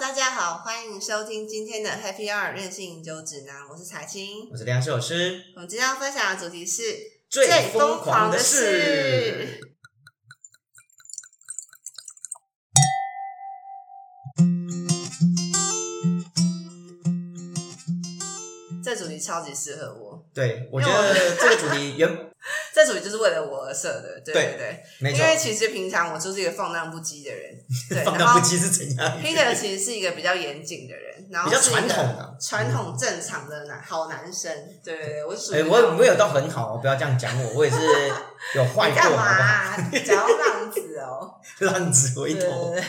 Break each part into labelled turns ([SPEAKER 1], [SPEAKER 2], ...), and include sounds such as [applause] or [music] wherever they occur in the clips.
[SPEAKER 1] 大家好，欢迎收听今天的 Happy Hour 任性饮酒指南，我是彩青。
[SPEAKER 2] 我是梁首诗，
[SPEAKER 1] 我们今天要分享的主题是
[SPEAKER 2] 最
[SPEAKER 1] 疯
[SPEAKER 2] 疯
[SPEAKER 1] 狂
[SPEAKER 2] 狂
[SPEAKER 1] 的
[SPEAKER 2] 的
[SPEAKER 1] 事
[SPEAKER 2] 事。
[SPEAKER 1] 这主题超级适合我，
[SPEAKER 2] 对，我觉
[SPEAKER 1] 因为我
[SPEAKER 2] 得这个主
[SPEAKER 1] [laughs]
[SPEAKER 2] 题原
[SPEAKER 1] 这主题就是为了我而设的，对对
[SPEAKER 2] 对
[SPEAKER 1] 对。
[SPEAKER 2] 没
[SPEAKER 1] 因
[SPEAKER 2] 错，
[SPEAKER 1] 为其实平常我就是一个放荡不羁的人，对，
[SPEAKER 2] [laughs] 放
[SPEAKER 1] 然
[SPEAKER 2] 荡
[SPEAKER 1] 后
[SPEAKER 2] 不羁是怎样？
[SPEAKER 1] Peter 其实是一个比较严谨的人，然后
[SPEAKER 2] 比较
[SPEAKER 1] 是一个
[SPEAKER 2] 传统的
[SPEAKER 1] 传统正常的男好男生。对对对，我属于
[SPEAKER 2] 哎，
[SPEAKER 1] 那种
[SPEAKER 2] 我没有到很好，不要这样讲我，
[SPEAKER 1] [laughs]
[SPEAKER 2] 我也是有坏
[SPEAKER 1] 你
[SPEAKER 2] 过，
[SPEAKER 1] 干
[SPEAKER 2] 好
[SPEAKER 1] 嘛
[SPEAKER 2] 不好？
[SPEAKER 1] 啊？讲到浪子哦，
[SPEAKER 2] [laughs] 浪子 [laughs] 回
[SPEAKER 1] 对对
[SPEAKER 2] 头，
[SPEAKER 1] 对，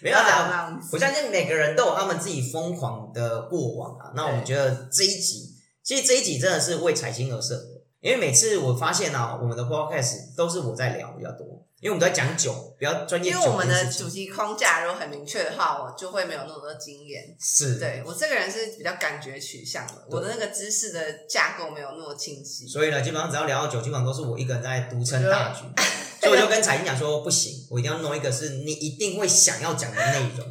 [SPEAKER 2] 没有啊
[SPEAKER 1] 讲
[SPEAKER 2] 啦。
[SPEAKER 1] 浪子
[SPEAKER 2] 我。相信每个人都有他们自己疯狂的过往啊。那我们
[SPEAKER 1] 对
[SPEAKER 2] 觉得这一集，其实这一集真的是为彩星而设的，因为每次我发现啊，我们的 podcast 都是我在聊比较多，因为我们都在讲酒，比较专业
[SPEAKER 1] 因
[SPEAKER 2] 酒
[SPEAKER 1] 为我们
[SPEAKER 2] 这件
[SPEAKER 1] 的
[SPEAKER 2] 事情
[SPEAKER 1] 主题框架如果很明确的话，我就会没有那么多经验。
[SPEAKER 2] 是
[SPEAKER 1] 对我这个人是比较感觉取向的，
[SPEAKER 2] 对
[SPEAKER 1] 我的那个知识的架构没有那么清晰。
[SPEAKER 2] 所以呢，基本上只要聊到酒，基本上都是我一个人在独撑大局。 [laughs] 所以我就跟彩英讲说，不行，我一定要弄一个是你一定会想要讲的内
[SPEAKER 1] [laughs]
[SPEAKER 2] 容。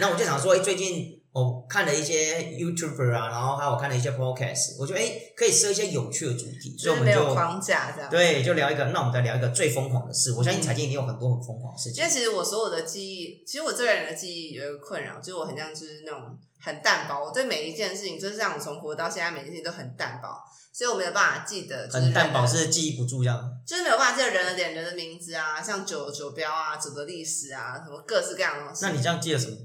[SPEAKER 2] 那我就想说，哎、最近我看了一些 YouTuber 啊，然后还有看了一些 Podcast，我觉得哎、可以设一些有趣的主题，
[SPEAKER 1] 就是
[SPEAKER 2] 所以我
[SPEAKER 1] 没
[SPEAKER 2] 们
[SPEAKER 1] 有
[SPEAKER 2] 就
[SPEAKER 1] 框架这样。
[SPEAKER 2] 对就聊一个，那我们再聊一个最疯狂的事。我相信彩金一定有很多很疯狂的
[SPEAKER 1] 嗯
[SPEAKER 2] 事
[SPEAKER 1] 因
[SPEAKER 2] 情
[SPEAKER 1] 为。其实我所有的记忆，其实我这个人的记忆有一个困扰，就是我很像就是那种很淡薄，我对每一件事情，就是像我从活到现在，每一件事情都很淡薄，所以我没有办法记得，就是
[SPEAKER 2] 很淡薄，
[SPEAKER 1] 人
[SPEAKER 2] 是记忆不住这样。
[SPEAKER 1] 就是没有办法记得人的脸、人的名字啊，像酒酒标啊、酒的历史啊，什么各式各样的东西。
[SPEAKER 2] 那你这样记得什么？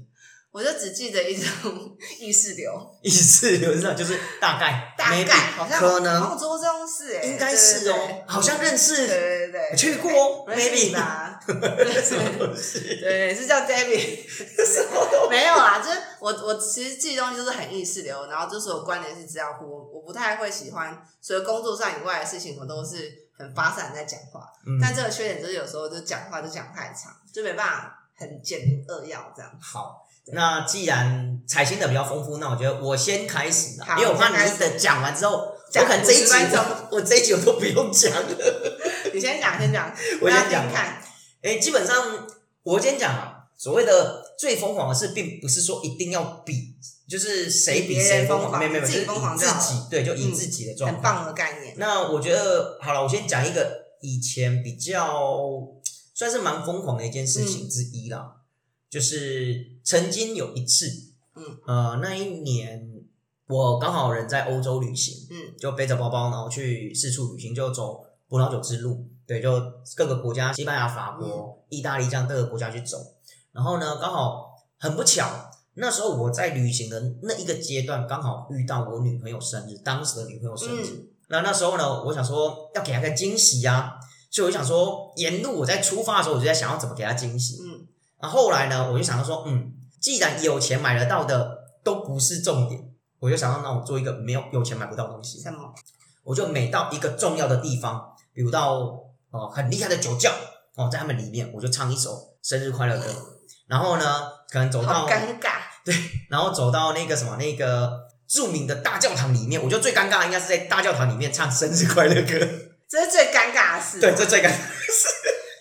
[SPEAKER 1] 我就只记得一种 [laughs] 意识流，
[SPEAKER 2] 意思有这种就是大概，
[SPEAKER 1] 大
[SPEAKER 2] maybe，
[SPEAKER 1] 概好像
[SPEAKER 2] 可
[SPEAKER 1] 好
[SPEAKER 2] 能
[SPEAKER 1] 像做过这种事、欸，
[SPEAKER 2] 应该是哦，好像认
[SPEAKER 1] 对，对对
[SPEAKER 2] 识，
[SPEAKER 1] 对对，
[SPEAKER 2] 去过哦
[SPEAKER 1] ，maybe 哎
[SPEAKER 2] ，maybe
[SPEAKER 1] 吧，
[SPEAKER 2] [laughs] 什么东西？
[SPEAKER 1] 对，是叫 David。没有啦，就是我我其实记东西就是很意识流，然后就是有关联是资料库，我我不太会喜欢，除了工作上以外的事情，我都是很发散在讲话。
[SPEAKER 2] 嗯，
[SPEAKER 1] 但这个缺点就是有时候就讲话就讲太长，就没办法很简明扼要这样。
[SPEAKER 2] 好，那既然彩星的比较丰富，那我觉得我先开始
[SPEAKER 1] 好
[SPEAKER 2] 啦，因为我怕
[SPEAKER 1] 先开
[SPEAKER 2] 你
[SPEAKER 1] 始
[SPEAKER 2] 一等讲完之后，
[SPEAKER 1] 讲
[SPEAKER 2] 我可能这一
[SPEAKER 1] 50
[SPEAKER 2] 集
[SPEAKER 1] 分钟
[SPEAKER 2] 我我这一集我都不用讲了，
[SPEAKER 1] 你先讲，先讲，
[SPEAKER 2] 我
[SPEAKER 1] 大家
[SPEAKER 2] 先讲。
[SPEAKER 1] 看，
[SPEAKER 2] 哎、基本上我先讲啊，所谓的最疯狂的事，并不是说一定要比，就是谁
[SPEAKER 1] 比
[SPEAKER 2] 比
[SPEAKER 1] 别人
[SPEAKER 2] 谁
[SPEAKER 1] 疯狂
[SPEAKER 2] 疯狂，没有没有，
[SPEAKER 1] 自
[SPEAKER 2] 就
[SPEAKER 1] 己
[SPEAKER 2] 是以
[SPEAKER 1] 疯狂就
[SPEAKER 2] 自
[SPEAKER 1] 好
[SPEAKER 2] 己对，就以
[SPEAKER 1] 嗯
[SPEAKER 2] 自己的状
[SPEAKER 1] 很
[SPEAKER 2] 况。
[SPEAKER 1] 棒的概念。
[SPEAKER 2] 那我觉得好了，我先讲一个以前比较算是蛮疯狂的一件事
[SPEAKER 1] 嗯
[SPEAKER 2] 情之一啦，就是曾经有一次，
[SPEAKER 1] 嗯，
[SPEAKER 2] 呃，那一年我刚好人在欧洲旅行，
[SPEAKER 1] 嗯
[SPEAKER 2] 就背着包包，然后去四处旅行，就走葡萄酒之路，对，就各个国家，西班牙、法
[SPEAKER 1] 嗯
[SPEAKER 2] 国、意大利这样各个国家去走。然后呢，刚好很不巧，那时候我在旅行的那一个阶段，刚好遇到我女朋友生日，当时的女朋友生日。
[SPEAKER 1] 嗯，
[SPEAKER 2] 那那时候呢，我想说要给她个惊喜啊，所以我就想说，沿路我在出发的时候，我就在想要怎么给她惊喜。
[SPEAKER 1] 嗯，
[SPEAKER 2] 然后后来呢，我就想到说，嗯，既然有钱买得到的都不是重点，我就想到那我做一个没有有钱买不到的东西
[SPEAKER 1] 什，么？
[SPEAKER 2] 我就每到一个重要的地方，比如到哦、呃很厉害的酒窖哦，在他们里面，我就唱一首生日快乐歌。然后呢，可能走到
[SPEAKER 1] 好尴尬。
[SPEAKER 2] 然后走到那个什么那个著名的大教堂里面，我觉得最尴尬的应该是在大教堂里面唱生日快乐歌，
[SPEAKER 1] 这是最尴尬的事，哦
[SPEAKER 2] [laughs] 对，这最尴尬。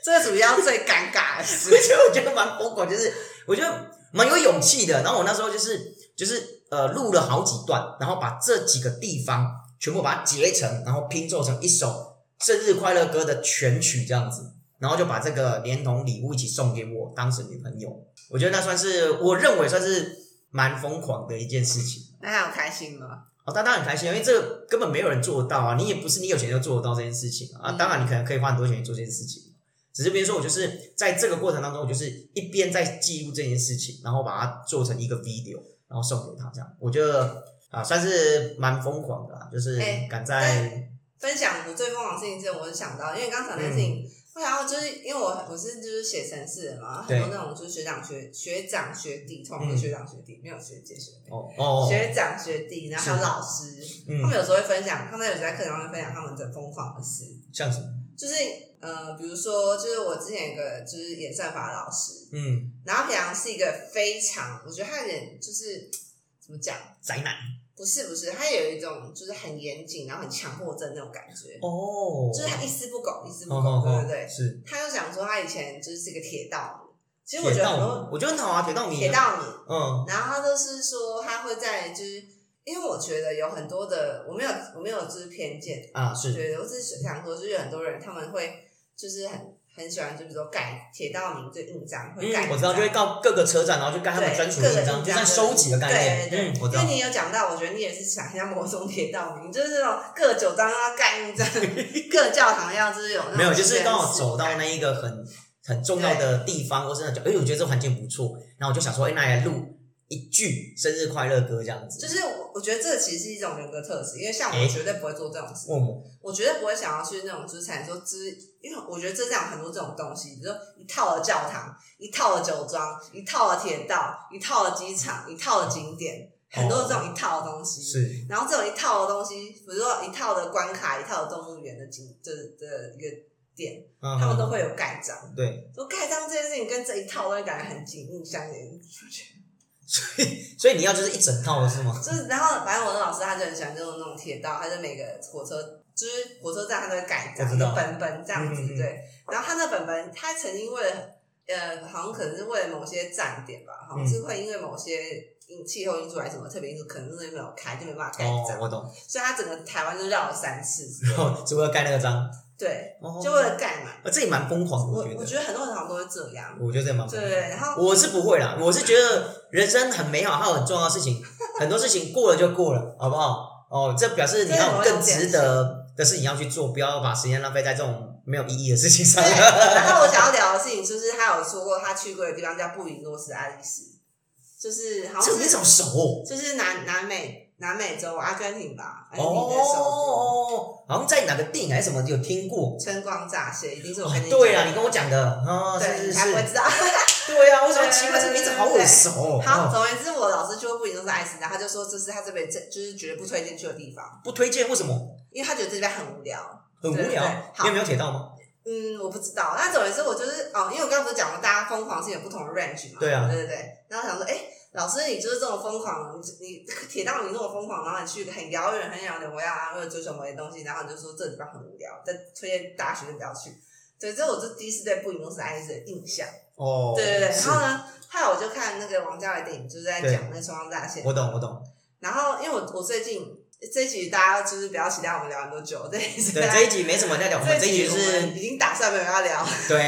[SPEAKER 1] 这是主要最尴尬的事
[SPEAKER 2] [laughs] 所。以我觉得蛮疯狂，就是我觉得蛮有勇气的。然后我那时候就是就是呃录了好几段，然后把这几个地方全部把它结成，然后拼凑成一首生日快乐歌的全曲这样子，然后就把这个连同礼物一起送给我当时女朋友。我觉得那算是我认为算是蛮疯狂的一件事情。
[SPEAKER 1] 那他有开心吗？
[SPEAKER 2] 哦，大家很开心，因为这个根本没有人做得到啊！你也不是你有钱就做得到这件事情啊。
[SPEAKER 1] 嗯
[SPEAKER 2] 啊当然，你可能可以花很多钱去做这件事情，只是比如说我就是在这个过程当中，我就是一边在记录这件事情，然后把它做成一个 video，然后送给他，这样我觉得啊，算是蛮疯狂的啦，就是
[SPEAKER 1] 哎
[SPEAKER 2] 敢在、
[SPEAKER 1] 分享我最疯狂的事情之后，我就想到，因为刚才那事情，
[SPEAKER 2] 嗯
[SPEAKER 1] 我想到就是因为我我是就是写程式的嘛，很
[SPEAKER 2] 对
[SPEAKER 1] 多那种就是学长学学长学弟，通常是
[SPEAKER 2] 嗯
[SPEAKER 1] 学长学弟，没有学姐学妹。
[SPEAKER 2] 哦哦，
[SPEAKER 1] 学长学弟，然后还有老师，
[SPEAKER 2] 嗯
[SPEAKER 1] 他们有时候会分享，他们有时候在课堂上会分享他们的疯狂的事，
[SPEAKER 2] 像什么？
[SPEAKER 1] 就是呃，比如说，就是我之前有个就是演算法的老师，
[SPEAKER 2] 嗯，
[SPEAKER 1] 然后平常是一个非常，我觉得他有点就是怎么讲，
[SPEAKER 2] 宅男
[SPEAKER 1] 不是不是，他有一种就是很严谨，然后很强迫症那种感觉，
[SPEAKER 2] 哦，
[SPEAKER 1] 就是他一丝不苟，一丝不
[SPEAKER 2] 哦
[SPEAKER 1] 苟，
[SPEAKER 2] 哦
[SPEAKER 1] 对
[SPEAKER 2] 哦
[SPEAKER 1] 不对？
[SPEAKER 2] 是
[SPEAKER 1] 他就想说他以前就是一个铁道迷，其实我觉
[SPEAKER 2] 铁
[SPEAKER 1] 得很
[SPEAKER 2] 道迷
[SPEAKER 1] 多，
[SPEAKER 2] 我觉得很好啊，铁道迷啊，
[SPEAKER 1] 铁道迷，
[SPEAKER 2] 嗯
[SPEAKER 1] 然后他就就是说他会在就是，因为我觉得有很多的我没有我没有就是偏见，
[SPEAKER 2] 啊，是
[SPEAKER 1] 觉得我只是想说，就是有很多人他们会就是很很喜欢，就比如说盖铁道迷最印章，会盖、
[SPEAKER 2] 嗯，我知道，就会到各个车站，然后就盖他们
[SPEAKER 1] 对
[SPEAKER 2] 专属
[SPEAKER 1] 各
[SPEAKER 2] 的
[SPEAKER 1] 个
[SPEAKER 2] 印章，
[SPEAKER 1] 印
[SPEAKER 2] 就
[SPEAKER 1] 章
[SPEAKER 2] 算收集的概
[SPEAKER 1] 对对
[SPEAKER 2] 念。嗯，我
[SPEAKER 1] 因
[SPEAKER 2] 知道
[SPEAKER 1] 为。你有讲到，我觉得你也是想像某种铁道迷，就是那种各九章要盖印章，各教堂要就是有那种
[SPEAKER 2] 没有，就是刚好
[SPEAKER 1] 宣誓
[SPEAKER 2] 走到
[SPEAKER 1] 感
[SPEAKER 2] 那一个很很重要的地方，或是很久，哎，我觉得这环境不错，然后我就想说，哎，那来录一句生日快乐歌这样子。
[SPEAKER 1] 就是我我觉得这其实是一种人格特质，因为像
[SPEAKER 2] 诶
[SPEAKER 1] 我绝对不会做这种事，
[SPEAKER 2] 问我
[SPEAKER 1] 我绝对不会想要去那种资产说资，因为我觉得这样很多这种东西，比如说一套的教堂，一套的酒庄，一套的铁道，一套的机场，一套的景点，很多这种一套的东西。
[SPEAKER 2] 是
[SPEAKER 1] 然后这种一套的东西，比如说一套的关卡，一套的动物园的景，这的一个点，
[SPEAKER 2] 他
[SPEAKER 1] 他们都会有盖章。
[SPEAKER 2] 嗯对，
[SPEAKER 1] 说盖章这件事情跟这一套东西感觉很紧密相连，
[SPEAKER 2] 所以你要就是一整套的是吗？
[SPEAKER 1] 就是，然后反正我的老师他就很喜欢这种那种铁道，他就每个火车就是火车站他都会改这
[SPEAKER 2] 我知道
[SPEAKER 1] 样本本这样子，
[SPEAKER 2] 嗯嗯嗯
[SPEAKER 1] 对。然后他那本本，他曾经为了呃，好像可能是为了某些站点吧，好像
[SPEAKER 2] 嗯
[SPEAKER 1] 是会因为某些因气候因素还是什么特别因素，可能是没有开就没办法盖
[SPEAKER 2] 哦
[SPEAKER 1] 章，，
[SPEAKER 2] 我懂，
[SPEAKER 1] 所以他整个台湾就绕了三次，
[SPEAKER 2] 然 [laughs] 后只为了盖那个章，
[SPEAKER 1] 对，
[SPEAKER 2] 哦
[SPEAKER 1] 就为了盖满。
[SPEAKER 2] 呃这也蛮疯狂的，
[SPEAKER 1] 我
[SPEAKER 2] 我觉
[SPEAKER 1] 我
[SPEAKER 2] 得，
[SPEAKER 1] 觉得很多人好像都会这样，
[SPEAKER 2] 我觉得这也蛮疯狂
[SPEAKER 1] 对。
[SPEAKER 2] 的。
[SPEAKER 1] 然后
[SPEAKER 2] 我是不会啦，我是觉得人生很美好，还有很重要的事情，很多事情过了就过了，好不好？哦，这表示你要有更值得的事情要去做，不要把时间浪费在这种没有意义的事情上。
[SPEAKER 1] 对，然后我想要聊的事情就是，他有说过他去过的地方叫布宜诺斯艾利斯，就是好
[SPEAKER 2] 这
[SPEAKER 1] 像
[SPEAKER 2] 你
[SPEAKER 1] 是
[SPEAKER 2] 怎么熟哦？
[SPEAKER 1] 就是南南美南美洲阿根廷吧，阿
[SPEAKER 2] 哦
[SPEAKER 1] 根廷的首
[SPEAKER 2] 哦，好像在哪个电影还是什么有听过
[SPEAKER 1] 都。？春光乍泄，一定是我
[SPEAKER 2] 哦
[SPEAKER 1] 跟你、讲
[SPEAKER 2] 对啊，你跟我讲的啊，
[SPEAKER 1] 对，
[SPEAKER 2] 是是
[SPEAKER 1] 你才不会
[SPEAKER 2] 是，
[SPEAKER 1] 知道。
[SPEAKER 2] 对啊，我想奇怪这个名字好耳熟哦。
[SPEAKER 1] [laughs] 好，
[SPEAKER 2] 哦
[SPEAKER 1] 总而言之，我老师去过布宜诺斯艾利斯，然后他就说这是他这边这就是绝对不推荐去的地方，
[SPEAKER 2] 不推荐，为什么？
[SPEAKER 1] 因为他觉得这边很无聊。
[SPEAKER 2] 很无
[SPEAKER 1] 对
[SPEAKER 2] 聊
[SPEAKER 1] 对好，
[SPEAKER 2] 因为没有铁道吗？
[SPEAKER 1] 嗯，我不知道。那总而言之，我就是哦，因为我刚刚不是讲过，大家疯狂是有不同的 range 嘛。
[SPEAKER 2] 对啊
[SPEAKER 1] 对对对。然后想说，哎、老师，你就是这么疯狂，你你 [laughs] 铁道你这么疯狂，然后你去很遥远、很遥远的国家，然后为了追求某些东西，然后你就说这地方很无聊，但推荐大学生不要去。对，这是我这第一次对布宜诺斯艾利斯的印象。
[SPEAKER 2] 哦，
[SPEAKER 1] 对对对。然
[SPEAKER 2] 是
[SPEAKER 1] 后呢，后来我就看那个王家卫电影，就是在
[SPEAKER 2] 对
[SPEAKER 1] 讲那个双光乍现。
[SPEAKER 2] 我懂我懂。
[SPEAKER 1] 然后，因为我我最近这一集大家就是不要期待我们聊很多久，这一集 [laughs]
[SPEAKER 2] 对这一集没什么人在聊，我们这一集
[SPEAKER 1] 集我
[SPEAKER 2] 是
[SPEAKER 1] 们已经打算没有要聊。
[SPEAKER 2] [laughs] 对。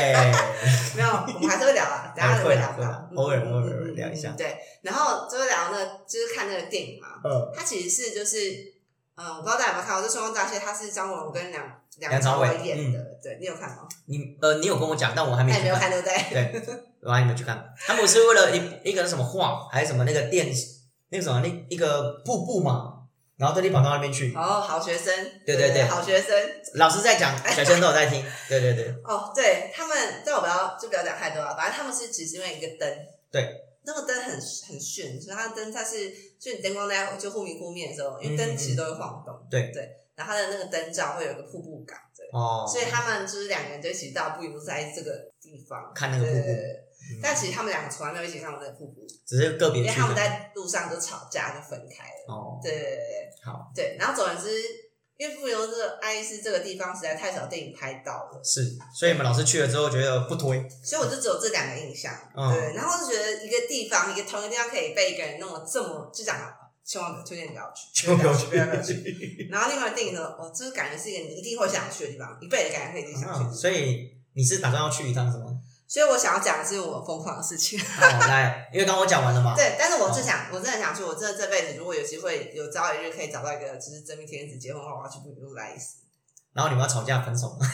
[SPEAKER 1] 没有，我们还是会聊啊
[SPEAKER 2] [laughs]
[SPEAKER 1] 啦，等一下
[SPEAKER 2] 哎
[SPEAKER 1] 会
[SPEAKER 2] 会
[SPEAKER 1] 聊
[SPEAKER 2] 啦会
[SPEAKER 1] 到
[SPEAKER 2] 啦，
[SPEAKER 1] 嗯
[SPEAKER 2] 偶尔
[SPEAKER 1] 嗯
[SPEAKER 2] 偶尔
[SPEAKER 1] 嗯嗯
[SPEAKER 2] 聊一下
[SPEAKER 1] 嗯对，然后就会聊那个，就是看那个电影嘛，
[SPEAKER 2] 呃，
[SPEAKER 1] 它其实是就是，嗯，我不知道大家有没有看过，就《春光乍泄》，它是张国荣跟梁
[SPEAKER 2] 梁
[SPEAKER 1] 朝
[SPEAKER 2] 朝伟
[SPEAKER 1] 演的，对你有看吗？
[SPEAKER 2] 你呃，你有跟我讲，但我还没
[SPEAKER 1] 那你没
[SPEAKER 2] 去
[SPEAKER 1] 有
[SPEAKER 2] 看。
[SPEAKER 1] 看对不对？
[SPEAKER 2] 对，我还没去看。他们是为了一一个什么画，还是什么那个电视，那个什么那一个瀑布嘛，然后特地跑到那边去。
[SPEAKER 1] 哦，好学生，
[SPEAKER 2] 对对
[SPEAKER 1] 对
[SPEAKER 2] 对
[SPEAKER 1] 好学生，
[SPEAKER 2] 老师在讲，学生都有在听。对对对，
[SPEAKER 1] 哦，对他们，但我不要就不要讲太多了，啊反正他们是只是因为一个灯，
[SPEAKER 2] 对。
[SPEAKER 1] 那个灯很很炫，所以它的灯它是就你灯光在就忽明忽灭的时候，因为
[SPEAKER 2] 嗯
[SPEAKER 1] 灯其实都会晃动，
[SPEAKER 2] 对
[SPEAKER 1] 对，然后它的那个灯罩会有一个瀑布感，对，
[SPEAKER 2] 哦，
[SPEAKER 1] [laughs] 所以他们就是两个人就一起到布宜诺斯艾利斯这个地方
[SPEAKER 2] 看那
[SPEAKER 1] 对
[SPEAKER 2] 个
[SPEAKER 1] 对
[SPEAKER 2] 瀑
[SPEAKER 1] 对
[SPEAKER 2] 布，嗯
[SPEAKER 1] 对但其实他们两个从来没有一起看过那个瀑布，
[SPEAKER 2] 只是个别
[SPEAKER 1] 因为
[SPEAKER 2] 去
[SPEAKER 1] 他们
[SPEAKER 2] 的。
[SPEAKER 1] 在路上就吵架就分开了。
[SPEAKER 2] 哦，
[SPEAKER 1] 对对对对
[SPEAKER 2] 好，
[SPEAKER 1] 对，然后总而言之，因为布宜诺斯艾利斯这个地方实在太少电影拍到了，
[SPEAKER 2] 是，所以你们老师去了之后觉得不推，
[SPEAKER 1] [laughs] 所以我就只有这两个印象。
[SPEAKER 2] 嗯
[SPEAKER 1] 对，然后就觉得一个地方，一个同一个地方可以被一个人弄得这么，就讲千万推荐不要去，
[SPEAKER 2] 千万不要去
[SPEAKER 1] 不要不要 [laughs] 去。然后另外电影呢，哦，这个感觉是一个你一定会想去的地方，一辈子感觉可以一定想去的地
[SPEAKER 2] 啊
[SPEAKER 1] 方。
[SPEAKER 2] 所以你是打算要去一趟是吗？
[SPEAKER 1] 所以我想要讲的是我疯狂的事情。
[SPEAKER 2] 哦，来，因为刚刚我讲完了嘛。
[SPEAKER 1] 对，但是我
[SPEAKER 2] 嗯
[SPEAKER 1] 就想，我真的很想去，我真的这辈子如果有机会，有朝一日可以找到一个就是真命天子结婚的话，我要去布鲁莱斯。
[SPEAKER 2] 然后你们要吵架分手吗？ [laughs]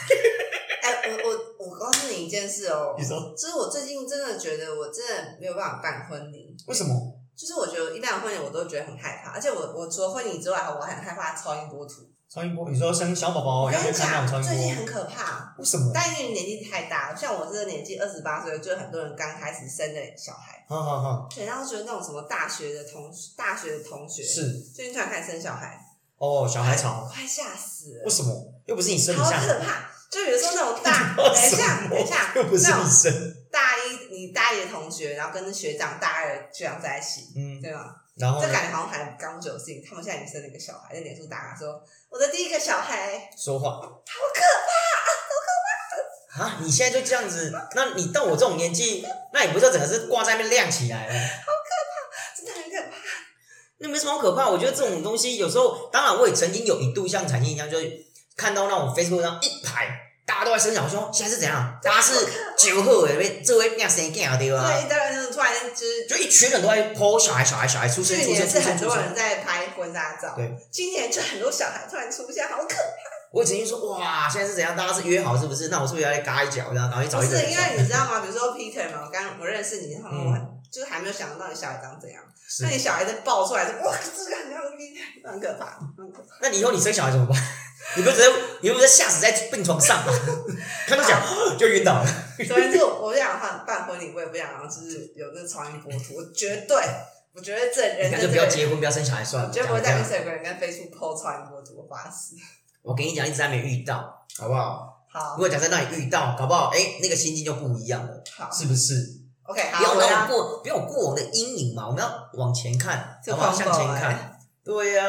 [SPEAKER 1] 哎、我我我告诉你一件事哦，
[SPEAKER 2] 你说
[SPEAKER 1] 就是我最近真的觉得我真的没有办法办婚礼，
[SPEAKER 2] 为什么？
[SPEAKER 1] 就是我觉得一办婚礼我都觉得很害怕，而且我我除了婚礼之外，我还很害怕超音波图。
[SPEAKER 2] 超音波，你说生小宝宝
[SPEAKER 1] 我
[SPEAKER 2] 要
[SPEAKER 1] 跟
[SPEAKER 2] 去
[SPEAKER 1] 你
[SPEAKER 2] 哦看那
[SPEAKER 1] 讲
[SPEAKER 2] 种超，音波？嗯
[SPEAKER 1] 最近很可怕，
[SPEAKER 2] 为什么？
[SPEAKER 1] 但因为年纪太大了，像我这个年纪二十八岁，就很多人刚开始生的小孩，
[SPEAKER 2] 好好好，
[SPEAKER 1] 对，然后觉得那种什么大学的同大学的同学，
[SPEAKER 2] 是
[SPEAKER 1] 最近突然开始生小孩，
[SPEAKER 2] 哦，小孩吵，
[SPEAKER 1] 快吓死
[SPEAKER 2] 为
[SPEAKER 1] 了，
[SPEAKER 2] 什么？又不是你生的
[SPEAKER 1] 好
[SPEAKER 2] 下
[SPEAKER 1] 可
[SPEAKER 2] 来，
[SPEAKER 1] 怕！就比如说那种大，
[SPEAKER 2] [laughs] 不知道
[SPEAKER 1] 等一下，
[SPEAKER 2] 什么
[SPEAKER 1] 等一下，
[SPEAKER 2] 又不是
[SPEAKER 1] 那
[SPEAKER 2] 你
[SPEAKER 1] 种
[SPEAKER 2] 生，
[SPEAKER 1] 大一你大一的同学，然后跟学长大二的学长在一起，
[SPEAKER 2] 嗯，
[SPEAKER 1] 对吗？
[SPEAKER 2] 然后
[SPEAKER 1] 这
[SPEAKER 2] 呢
[SPEAKER 1] 感觉好像还刚久的事情。他们现在已经生了一个小孩，在脸书打卡说我的第一个小孩，
[SPEAKER 2] 说话，好可怕，好可怕啊！你现在就这样子，那你到我这种年纪，那你不就整个是挂在那边亮起来了？
[SPEAKER 1] 这真的很可怕。
[SPEAKER 2] 那没什么好可怕。我觉得这种东西有时候，当然我也曾经有一度像产业一样，就是看到那种 Facebook 上一排大家都在生小孩，我说现在是怎样？大家是酒后的，被这位变生囝对啊吧？
[SPEAKER 1] 对，一堆人就是突然间就是
[SPEAKER 2] 就一群人都在 po 小孩，小孩，小孩出生，
[SPEAKER 1] 去
[SPEAKER 2] 出生，
[SPEAKER 1] 年
[SPEAKER 2] 出
[SPEAKER 1] 是
[SPEAKER 2] 生，
[SPEAKER 1] 很
[SPEAKER 2] 出
[SPEAKER 1] 多
[SPEAKER 2] 生。
[SPEAKER 1] 人在拍婚纱照，
[SPEAKER 2] 对，
[SPEAKER 1] 今年就很多小孩突然出现，好可
[SPEAKER 2] 我曾经说哇，现在是怎样？大家是约好是不是？那我是不是要来嘎一脚，然后赶快
[SPEAKER 1] 不
[SPEAKER 2] 找一个
[SPEAKER 1] 是
[SPEAKER 2] 人
[SPEAKER 1] 因
[SPEAKER 2] 算？
[SPEAKER 1] 为你知道吗？比如说 Peter 嘛，我刚我认识你，然后我很、就是还没有想到你小孩长怎样，
[SPEAKER 2] 是
[SPEAKER 1] 那你小孩子爆出来说哇，这个很像 Peter，很可怕。很可怕
[SPEAKER 2] 那你以后你生小孩怎么办？ [laughs] 你不是直接，你不是吓死在病床上吗？看到讲就晕倒了。
[SPEAKER 1] 总而言之，我我不想办办婚礼，我也不想就是有那超音波图，我绝对，我觉得这
[SPEAKER 2] 你
[SPEAKER 1] 人
[SPEAKER 2] 干
[SPEAKER 1] 的
[SPEAKER 2] 脆
[SPEAKER 1] 这
[SPEAKER 2] 不要
[SPEAKER 1] 个
[SPEAKER 2] 结婚，不要生小孩算了。
[SPEAKER 1] 绝对不
[SPEAKER 2] 这
[SPEAKER 1] 会
[SPEAKER 2] 样
[SPEAKER 1] 在
[SPEAKER 2] 这样
[SPEAKER 1] Instagram 跟 Facebook PO 超音波图，我发誓。
[SPEAKER 2] 我跟你讲，一直还没遇到，好不好？
[SPEAKER 1] 好
[SPEAKER 2] 如，果假设让你遇到，搞不好哎、那个心境就不一样了，
[SPEAKER 1] 好
[SPEAKER 2] 是不是？
[SPEAKER 1] ，OK，
[SPEAKER 2] 不要
[SPEAKER 1] 好，我
[SPEAKER 2] 让我
[SPEAKER 1] 要
[SPEAKER 2] 过，不要有过往的阴影嘛，我们要往前看，
[SPEAKER 1] 这
[SPEAKER 2] 好不好？
[SPEAKER 1] 环
[SPEAKER 2] 向
[SPEAKER 1] 保
[SPEAKER 2] 前
[SPEAKER 1] 哎
[SPEAKER 2] 看。对呀、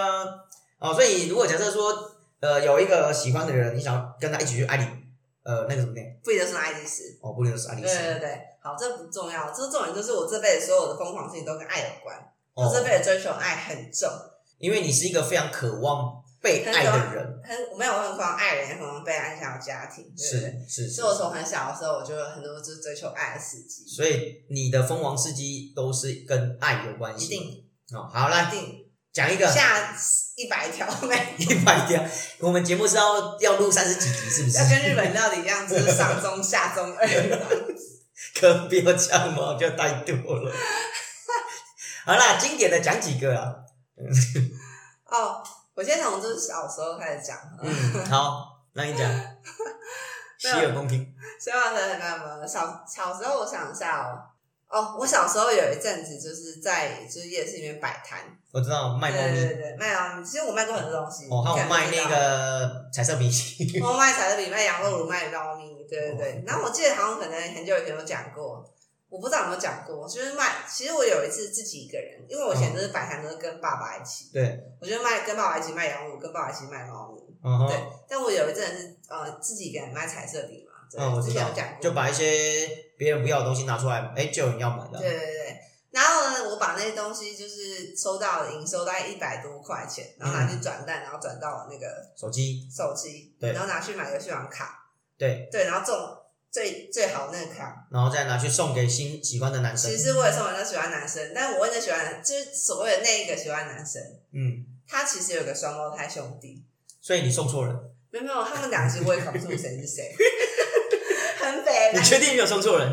[SPEAKER 2] 哦，所以如果假设说，呃，有一个喜欢的人，你想要跟他一起去爱你，呃，那个什么店，
[SPEAKER 1] 不一定是爱丽丝。
[SPEAKER 2] 哦，不能是爱丽
[SPEAKER 1] 对
[SPEAKER 2] 丝，
[SPEAKER 1] 对对，好，这不重要，这重点就是我这辈子所有的疯狂事情都跟爱有关，我
[SPEAKER 2] 哦，
[SPEAKER 1] 这辈子追求爱很重。
[SPEAKER 2] 因为你是一个非常渴望被爱的人，
[SPEAKER 1] 很呃我没有我很渴望爱人，也很渴望被爱，想要家庭，对不对？
[SPEAKER 2] 是是是
[SPEAKER 1] 所以，我从很小的时候，我就有很多就是追求爱的事迹，
[SPEAKER 2] 所以你的蜂王事迹都是跟爱有关系，
[SPEAKER 1] 一定
[SPEAKER 2] 哦，好
[SPEAKER 1] 一
[SPEAKER 2] 来
[SPEAKER 1] 定
[SPEAKER 2] 讲一个
[SPEAKER 1] 下一百条没
[SPEAKER 2] [laughs] 一百条，我们节目是要要录三十几集，是不是
[SPEAKER 1] 要？跟日本料理一样，就是上中下中二，
[SPEAKER 2] [laughs] 可不要这样嘛，就太多了。 [laughs] 好啦，经典的讲几个啊，
[SPEAKER 1] 哦，我先从就是小时候开始讲，
[SPEAKER 2] 嗯，好，那
[SPEAKER 1] [laughs]
[SPEAKER 2] 你讲，洗耳恭听，
[SPEAKER 1] 所以我很那么小小时候，我想一下哦。哦，我小时候有一阵子就是在就是夜市里面摆摊，
[SPEAKER 2] 我知道卖
[SPEAKER 1] 对
[SPEAKER 2] 猫
[SPEAKER 1] 对
[SPEAKER 2] 咪，
[SPEAKER 1] 对对，卖啊，其实我卖过很多东西，
[SPEAKER 2] 哦，还有
[SPEAKER 1] 你
[SPEAKER 2] 卖
[SPEAKER 1] 看
[SPEAKER 2] 那，个彩色
[SPEAKER 1] [laughs]
[SPEAKER 2] 笔，[laughs]
[SPEAKER 1] 你知道我卖彩色笔，卖羊肉炉，卖猫咪，对对对
[SPEAKER 2] 哦。
[SPEAKER 1] 然后我记得好像可能很久以前有讲过，我不知道有没有讲过，就是卖，其实我有一次自己一个人，因为我以前就是摆摊都是跟爸爸一起，
[SPEAKER 2] 对，
[SPEAKER 1] 我就卖跟爸爸一起卖羊乳，跟爸爸一起卖猫咪，
[SPEAKER 2] 嗯哼
[SPEAKER 1] 对，但我有一阵是呃自己给人卖彩色笔嘛，对，
[SPEAKER 2] 嗯，我
[SPEAKER 1] 之
[SPEAKER 2] 知
[SPEAKER 1] 前
[SPEAKER 2] 道
[SPEAKER 1] 有讲，过，
[SPEAKER 2] 就把一些别人不要的东西拿出来，哎，就有人要买
[SPEAKER 1] 对
[SPEAKER 2] 的，
[SPEAKER 1] 对对。然后呢，我把那些东西就是收到的营收大概一百多块钱，然后拿去转蛋，然后转到那个
[SPEAKER 2] 手机，
[SPEAKER 1] 手机，
[SPEAKER 2] 对
[SPEAKER 1] 然后拿去买游戏王卡，
[SPEAKER 2] 对，
[SPEAKER 1] 对，然后中最最好那个卡。
[SPEAKER 2] 然后再拿去送给新喜欢的男生
[SPEAKER 1] 其，实我也送给那喜欢男生，但我问那喜欢男，就是所谓的那一个喜欢男生，
[SPEAKER 2] 嗯，
[SPEAKER 1] 他其实有个双胞胎兄弟，
[SPEAKER 2] 所以你送错人，
[SPEAKER 1] 没有没有，他们俩其实我也搞不清楚谁是
[SPEAKER 2] [laughs]
[SPEAKER 1] 谁，很北
[SPEAKER 2] 你
[SPEAKER 1] 蓝
[SPEAKER 2] 确定你有送错人？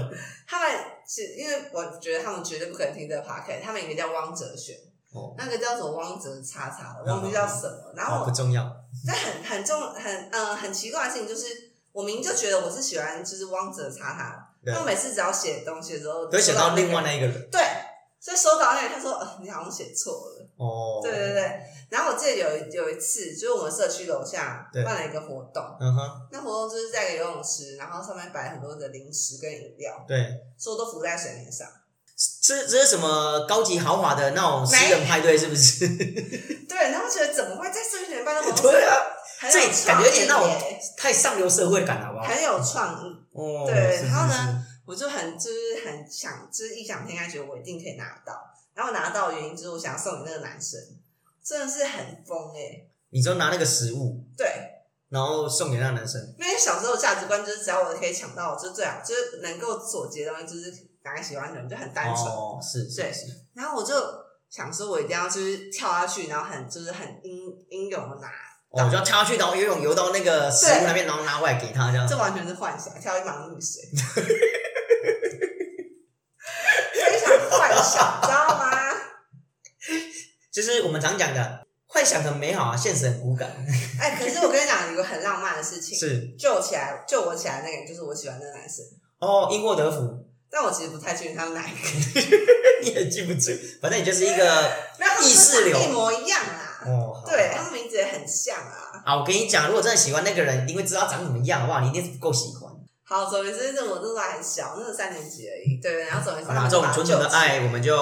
[SPEAKER 1] 他们是因为我觉得他们绝对不可能听这个 p o c a s t 他们一个叫汪哲璇，
[SPEAKER 2] 哦，
[SPEAKER 1] 那个叫什么汪哲叉叉的，忘记叫什么。然
[SPEAKER 2] 好
[SPEAKER 1] 后
[SPEAKER 2] 哦不，重要，
[SPEAKER 1] 但很很重很呃很奇怪的事情就是，我明明就觉得我是喜欢就是汪哲叉叉，
[SPEAKER 2] 对
[SPEAKER 1] 但
[SPEAKER 2] 啊
[SPEAKER 1] 我每次只要写东西的时候，
[SPEAKER 2] 可是想到
[SPEAKER 1] 收那
[SPEAKER 2] 另
[SPEAKER 1] 个
[SPEAKER 2] 外那一个人，
[SPEAKER 1] 对，所以收到那个他说、呃、你好像写错了，
[SPEAKER 2] 哦，
[SPEAKER 1] 对对对。然后我记得有一有一次，就是我们社区楼下
[SPEAKER 2] 对
[SPEAKER 1] 办了一个活动，
[SPEAKER 2] 嗯哼，
[SPEAKER 1] 那活动就是在一个游泳池，然后上面摆很多的零食跟饮料，
[SPEAKER 2] 对。
[SPEAKER 1] 所以我都浮在水面上。
[SPEAKER 2] 这这是什么高级豪华的那种私人派对是不是？
[SPEAKER 1] [laughs] 对，然后觉得怎么会在社区里面办这种
[SPEAKER 2] 对啊，
[SPEAKER 1] 很
[SPEAKER 2] 这
[SPEAKER 1] 有
[SPEAKER 2] 感
[SPEAKER 1] 创
[SPEAKER 2] 觉有点
[SPEAKER 1] 意
[SPEAKER 2] 那种
[SPEAKER 1] 耶，
[SPEAKER 2] 太上流社会感了，好不好？
[SPEAKER 1] 很有创意。
[SPEAKER 2] 哦，
[SPEAKER 1] 对
[SPEAKER 2] 是
[SPEAKER 1] 然后呢？我就很就是很想，就是异想天开，觉得我一定可以拿到。然后拿到的原因就是我想要送给那个男生，真的是很疯哎、
[SPEAKER 2] 你就拿那个食物，
[SPEAKER 1] 对，
[SPEAKER 2] 然后送给那个男生，
[SPEAKER 1] 因为小时候的价值观就是只要我可以抢到，就最好，就是能够所结的东西就是拿给喜欢的人，就很单纯。
[SPEAKER 2] 哦，是是
[SPEAKER 1] 对
[SPEAKER 2] 是，
[SPEAKER 1] 然后我就想说，我一定要就是跳下去，然后很就是很英英勇的拿，
[SPEAKER 2] 哦，我就要跳下去，然后游泳游到那个食物那边，然后拿过来给他这样
[SPEAKER 1] 这。完全是幻想，跳一盲入水， [laughs] 非常幻想，知道吗？
[SPEAKER 2] 就是我们常讲的，幻想很美好啊，现实很骨
[SPEAKER 1] [laughs]
[SPEAKER 2] 感。
[SPEAKER 1] 哎、可是我跟你讲，有个很浪漫的事情，
[SPEAKER 2] 是
[SPEAKER 1] 救我起来，救我起来那个人就是我喜欢的男生，
[SPEAKER 2] 哦，因祸得福， [laughs]
[SPEAKER 1] 但我其实不太确定他们哪一个，
[SPEAKER 2] 你也记不住，反正你就是一个
[SPEAKER 1] 没有他们
[SPEAKER 2] 意识流
[SPEAKER 1] 一模一样啦，
[SPEAKER 2] 哦。好
[SPEAKER 1] 对他们名字也很像啊。
[SPEAKER 2] 啊，我跟你讲，如果真的喜欢那个人，因为知道长什么样，哇，你一定是不够喜欢。
[SPEAKER 1] 好，总而言之，那我那时候还很小，那时候三年级而已，对对。然后总而言之，
[SPEAKER 2] 好
[SPEAKER 1] 他
[SPEAKER 2] 啦，
[SPEAKER 1] 们
[SPEAKER 2] 这
[SPEAKER 1] 就
[SPEAKER 2] 哦种
[SPEAKER 1] 把
[SPEAKER 2] 纯
[SPEAKER 1] 我
[SPEAKER 2] 纯的
[SPEAKER 1] 救起来
[SPEAKER 2] 爱，我们就